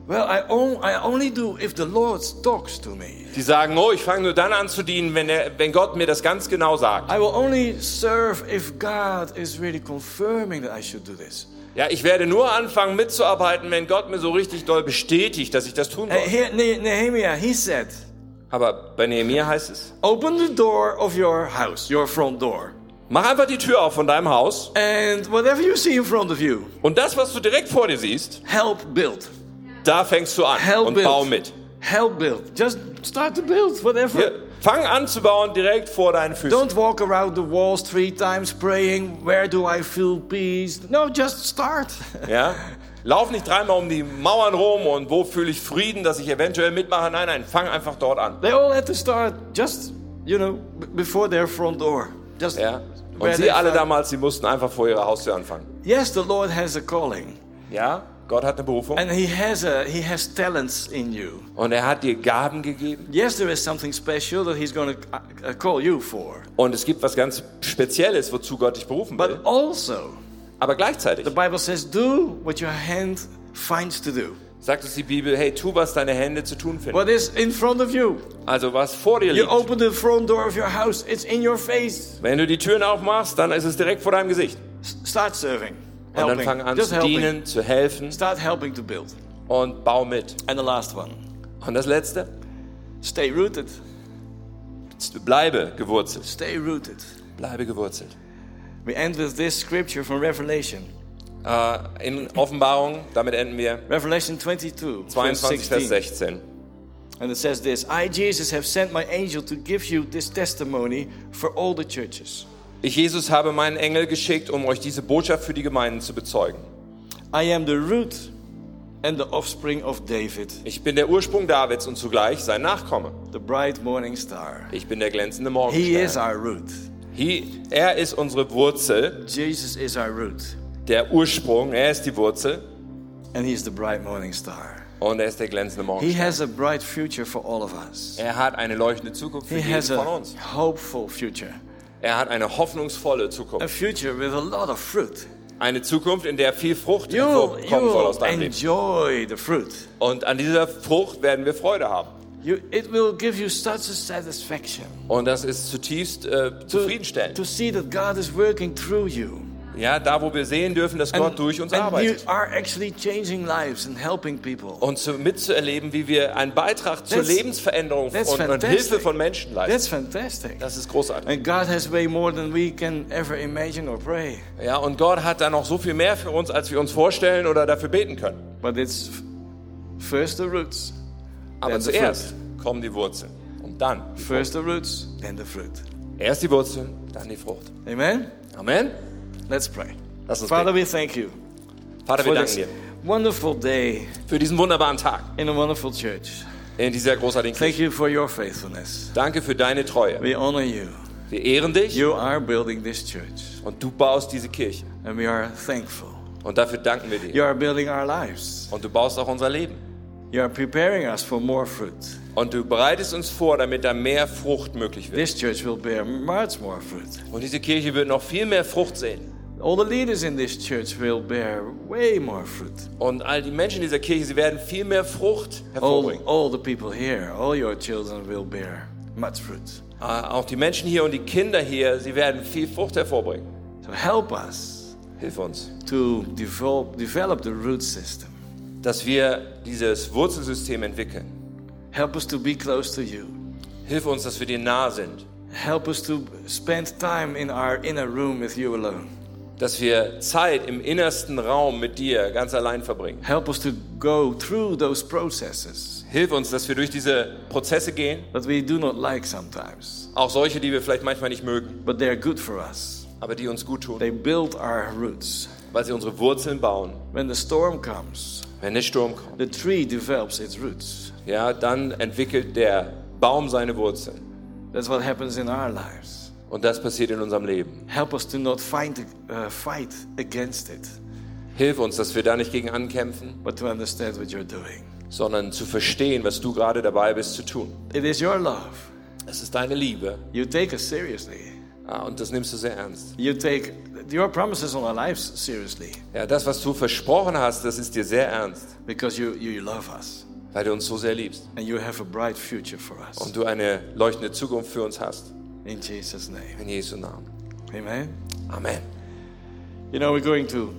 Speaker 2: well, I, on, I only do if the Lord talks to me.
Speaker 3: die sagen, oh, ich fange nur dann an zu dienen, wenn, er, wenn Gott mir das ganz genau sagt.
Speaker 2: I will only serve if God is really confirming that I should do this.
Speaker 3: Ja, ich werde nur anfangen mitzuarbeiten, wenn Gott mir so richtig doll bestätigt, dass ich das tun
Speaker 2: Uh,
Speaker 3: soll.
Speaker 2: here, Ne- Nehemiah, he said,
Speaker 3: Aber bei Nehemiah heißt es,
Speaker 2: Open the door of your house, your front door.
Speaker 3: mach einfach die Tür auf von deinem Haus
Speaker 2: And whatever you see in front of you,
Speaker 3: und das, was du direkt vor dir siehst,
Speaker 2: help build.
Speaker 3: da fängst du an
Speaker 2: Help
Speaker 3: und
Speaker 2: build.
Speaker 3: bau mit.
Speaker 2: Help build. Just start to build, whatever.
Speaker 3: Ja, fang an zu bauen direkt vor deinen Füßen.
Speaker 2: Don't walk around the walls three times praying, where do I feel peace? No, just start. [laughs]
Speaker 3: Ja? Lauf nicht dreimal um die Mauern rum und wo fühle ich Frieden, dass ich eventuell mitmache. Nein, nein, fang einfach dort an.
Speaker 2: They all had to start just, you know, b- before their front door. Just
Speaker 3: Ja? Und
Speaker 2: where
Speaker 3: sie
Speaker 2: they
Speaker 3: alle
Speaker 2: found-
Speaker 3: damals, sie mussten einfach vor ihrer Haustür anfangen.
Speaker 2: Yes, the Lord has a calling,
Speaker 3: Ja? Gott hat eine Berufung
Speaker 2: and He has a He has talents in you.
Speaker 3: und er hat dir Gaben gegeben.
Speaker 2: Yes, there is something special that He's going to uh, uh, call you for.
Speaker 3: Und es gibt was ganz Spezielles, wozu Gott dich berufen will.
Speaker 2: But also,
Speaker 3: Aber gleichzeitig
Speaker 2: the Bible says, "Do what your hand finds to do."
Speaker 3: sagt uns die Bibel, hey, tu, was deine Hände zu tun finden.
Speaker 2: What is in front of you?
Speaker 3: Also was vor dir
Speaker 2: You
Speaker 3: liegt.
Speaker 2: open the front door of your house. It's in your face.
Speaker 3: Wenn du die Türen aufmachst, dann ist es direkt vor deinem Gesicht.
Speaker 2: S- Start serving,
Speaker 3: Und dann
Speaker 2: helping,
Speaker 3: fang an
Speaker 2: just
Speaker 3: zu
Speaker 2: helping.
Speaker 3: dienen, zu helfen
Speaker 2: Start helping to build.
Speaker 3: und bau mit.
Speaker 2: And the last one:
Speaker 3: Und das Letzte,
Speaker 2: stay rooted.
Speaker 3: bleibe gewurzelt.
Speaker 2: Stay rooted.
Speaker 3: Bleibe gewurzelt.
Speaker 2: We end with this scripture from Revelation.
Speaker 3: Äh, in Offenbarung, damit enden wir,
Speaker 2: Revelation 22, verse
Speaker 3: 22,
Speaker 2: 16.
Speaker 3: Vers 16.
Speaker 2: And it says this I, Jesus, have sent my angel to give you this testimony for all the churches.
Speaker 3: Ich, Jesus, habe meinen Engel geschickt, um euch diese Botschaft für die Gemeinden zu bezeugen.
Speaker 2: I am the root and the offspring of David,
Speaker 3: Ich bin der Ursprung Davids und zugleich sein Nachkomme.
Speaker 2: the bright morning star.
Speaker 3: Ich bin der glänzende
Speaker 2: He is
Speaker 3: Morgenstern.
Speaker 2: our root.
Speaker 3: He, er ist unsere Wurzel,
Speaker 2: Jesus is our root,
Speaker 3: der Ursprung, er ist die Wurzel
Speaker 2: and He is the bright morning star.
Speaker 3: und er ist der glänzende
Speaker 2: He
Speaker 3: Morgenstern.
Speaker 2: has a bright future for all of us.
Speaker 3: Er hat eine leuchtende Zukunft für
Speaker 2: He
Speaker 3: jeden
Speaker 2: has a
Speaker 3: von uns.
Speaker 2: hopeful future,
Speaker 3: Er hat eine hoffnungsvolle
Speaker 2: a
Speaker 3: Zukunft.
Speaker 2: future with a lot of fruit.
Speaker 3: Eine Zukunft, in der viel Frucht
Speaker 2: You'll,
Speaker 3: kommen soll aus
Speaker 2: you'll
Speaker 3: deinem Leben.
Speaker 2: enjoy the fruit.
Speaker 3: Und an dieser Frucht werden wir Freude haben.
Speaker 2: You, it will give you such a satisfaction
Speaker 3: Und das ist zutiefst äh, zufriedenstellend.
Speaker 2: to see that God is working through you.
Speaker 3: Ja, da wo wir sehen dürfen, dass Gott durch uns
Speaker 2: and you
Speaker 3: arbeitet.
Speaker 2: are actually changing lives and helping people.
Speaker 3: Und zu, mitzuerleben, wie wir einen Beitrag zur
Speaker 2: That's-
Speaker 3: Lebensveränderung
Speaker 2: that's
Speaker 3: und, und
Speaker 2: fantastic.
Speaker 3: Hilfe von Menschen leisten.
Speaker 2: That's fantastic.
Speaker 3: Das ist großartig.
Speaker 2: And God has way more than we can ever imagine or pray.
Speaker 3: Ja, und Gott hat da noch so viel mehr für uns, als wir uns vorstellen oder dafür beten können.
Speaker 2: But it's f- first the roots,
Speaker 3: Aber
Speaker 2: That's the
Speaker 3: zuerst kommen die Wurzeln. Und dann.
Speaker 2: first the roots, then the fruit.
Speaker 3: Erst die Wurzeln, dann die Frucht.
Speaker 2: Amen.
Speaker 3: Amen.
Speaker 2: Let's pray.
Speaker 3: Lass uns
Speaker 2: Father,
Speaker 3: beten.
Speaker 2: we thank you
Speaker 3: Vater, wir
Speaker 2: for
Speaker 3: danken
Speaker 2: this
Speaker 3: dir
Speaker 2: wonderful day
Speaker 3: für diesen wunderbaren Tag
Speaker 2: in a wonderful church.
Speaker 3: in dieser großartigen
Speaker 2: Thank
Speaker 3: Kirche.
Speaker 2: you for your faithfulness.
Speaker 3: Danke für deine Treue.
Speaker 2: We honor you.
Speaker 3: Wir ehren dich
Speaker 2: You are building this church,
Speaker 3: und du baust diese Kirche.
Speaker 2: and we are thankful.
Speaker 3: Und dafür danken wir dir.
Speaker 2: You are building our lives.
Speaker 3: Und du baust auch unser Leben.
Speaker 2: You are preparing us for more fruit.
Speaker 3: Und du bereitest uns vor, damit da mehr Frucht möglich wird.
Speaker 2: This church will bear much more fruit.
Speaker 3: Und diese Kirche wird noch viel mehr Frucht sehen.
Speaker 2: All the leaders in this church will bear way more fruit.
Speaker 3: Und all die Menschen dieser Kirche, sie werden viel mehr Frucht
Speaker 2: All,
Speaker 3: hervorbringen.
Speaker 2: all the people here, all your children will bear much fruit.
Speaker 3: Äh, Auch die Menschen hier und die Kinder hier, sie werden viel Frucht hervorbringen.
Speaker 2: So help us
Speaker 3: Hilf uns,
Speaker 2: to develop, develop the root system.
Speaker 3: dass wir dieses Wurzelsystem entwickeln.
Speaker 2: Help us to be close to you.
Speaker 3: Hilf uns, dass wir dir nah sind.
Speaker 2: Help us to spend time in our inner room with you alone.
Speaker 3: dass wir Zeit im innersten Raum mit dir ganz allein verbringen.
Speaker 2: Help us to go through those processes
Speaker 3: Hilf uns, dass wir durch diese Prozesse gehen,
Speaker 2: that we do not like sometimes,
Speaker 3: auch solche, die wir vielleicht manchmal nicht mögen,
Speaker 2: but they're good for us.
Speaker 3: aber die uns gut tun,
Speaker 2: They build our roots.
Speaker 3: weil sie unsere Wurzeln bauen.
Speaker 2: When the storm comes,
Speaker 3: Wenn der Sturm kommt,
Speaker 2: the tree develops its roots.
Speaker 3: ja, dann entwickelt der Baum seine Wurzeln.
Speaker 2: That's what happens in our lives.
Speaker 3: Und das passiert in unserem Leben.
Speaker 2: Help us to not find, uh, fight against it,
Speaker 3: Hilf uns, dass wir da nicht gegen ankämpfen,
Speaker 2: but to understand what you're doing.
Speaker 3: sondern zu verstehen, was du gerade dabei bist zu tun.
Speaker 2: It is your love.
Speaker 3: Es ist deine Liebe
Speaker 2: You take us seriously.
Speaker 3: ah, und das nimmst du sehr ernst.
Speaker 2: You take your promises on our lives seriously
Speaker 3: Ja, das, was du versprochen hast, das ist dir sehr ernst,
Speaker 2: because you, you love us
Speaker 3: weil du uns so sehr liebst
Speaker 2: and you have a bright future for us.
Speaker 3: und du eine leuchtende Zukunft für uns hast.
Speaker 2: In Jesus' name.
Speaker 3: In Jesu Namen.
Speaker 2: Amen.
Speaker 3: Amen.
Speaker 2: You know, we're going to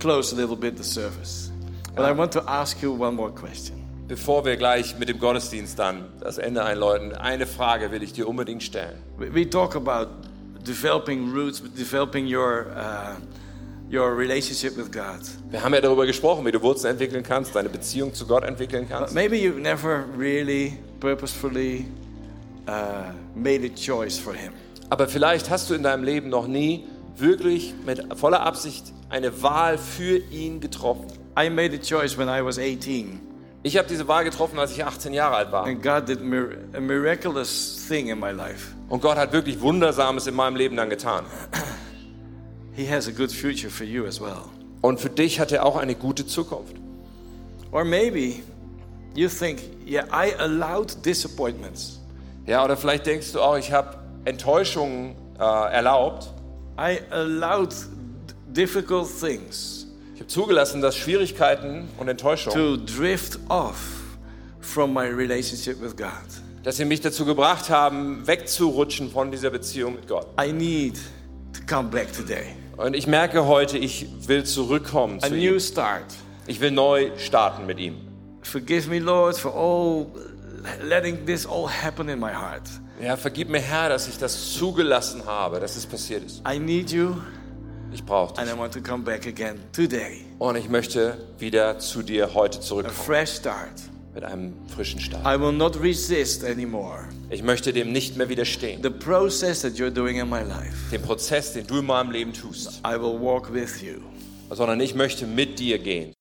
Speaker 2: close a little bit the service, but I want to ask you one more question.
Speaker 3: Bevor wir gleich mit dem Gottesdienst dann das Ende einläuten, eine Frage will ich dir unbedingt stellen.
Speaker 2: We- We talk about developing roots, developing your uh, your relationship with God.
Speaker 3: Wir haben ja darüber gesprochen, wie du Wurzeln entwickeln kannst, deine Beziehung zu Gott entwickeln kannst.
Speaker 2: Maybe you never really purposefully uh, made a choice for Him.
Speaker 3: Aber vielleicht hast du in deinem Leben noch nie wirklich mit voller Absicht eine Wahl für ihn getroffen.
Speaker 2: I made a choice when I was 18,
Speaker 3: Ich habe diese Wahl getroffen, als ich 18 Jahre alt war.
Speaker 2: and God did mir- a miraculous thing in my life.
Speaker 3: Und Gott hat wirklich Wundersames in meinem Leben dann getan.
Speaker 2: He has a good future for you as well.
Speaker 3: Und für dich hat er auch eine gute Zukunft.
Speaker 2: Or maybe you think, yeah, I allowed disappointments.
Speaker 3: Ja, oder vielleicht denkst du auch, ich habe Enttäuschungen äh, erlaubt.
Speaker 2: I allowed d- difficult things
Speaker 3: Ich habe zugelassen, dass Schwierigkeiten und Enttäuschungen,
Speaker 2: to drift off from my relationship with God.
Speaker 3: dass sie mich dazu gebracht haben, wegzurutschen von dieser Beziehung mit Gott.
Speaker 2: I need to come back today.
Speaker 3: Und ich merke heute, ich will zurückkommen
Speaker 2: A
Speaker 3: zu
Speaker 2: new
Speaker 3: ihm.
Speaker 2: start.
Speaker 3: Ich will neu starten mit ihm.
Speaker 2: Forgive me, Lord, for all letting this all happen in my heart.
Speaker 3: Ja, vergib mir, Herr, dass ich das zugelassen habe, dass es passiert ist.
Speaker 2: I need you,
Speaker 3: Ich brauche
Speaker 2: and
Speaker 3: dich.
Speaker 2: I want to come back again today.
Speaker 3: Und ich möchte wieder zu dir heute
Speaker 2: A
Speaker 3: zurückkommen.
Speaker 2: fresh start.
Speaker 3: Mit einem frischen Start.
Speaker 2: I will not resist anymore
Speaker 3: Ich möchte dem nicht mehr widerstehen.
Speaker 2: the process that you're doing in my life.
Speaker 3: Dem Prozess, den du in meinem Leben tust.
Speaker 2: I will walk with you.
Speaker 3: Sondern ich möchte mit dir gehen.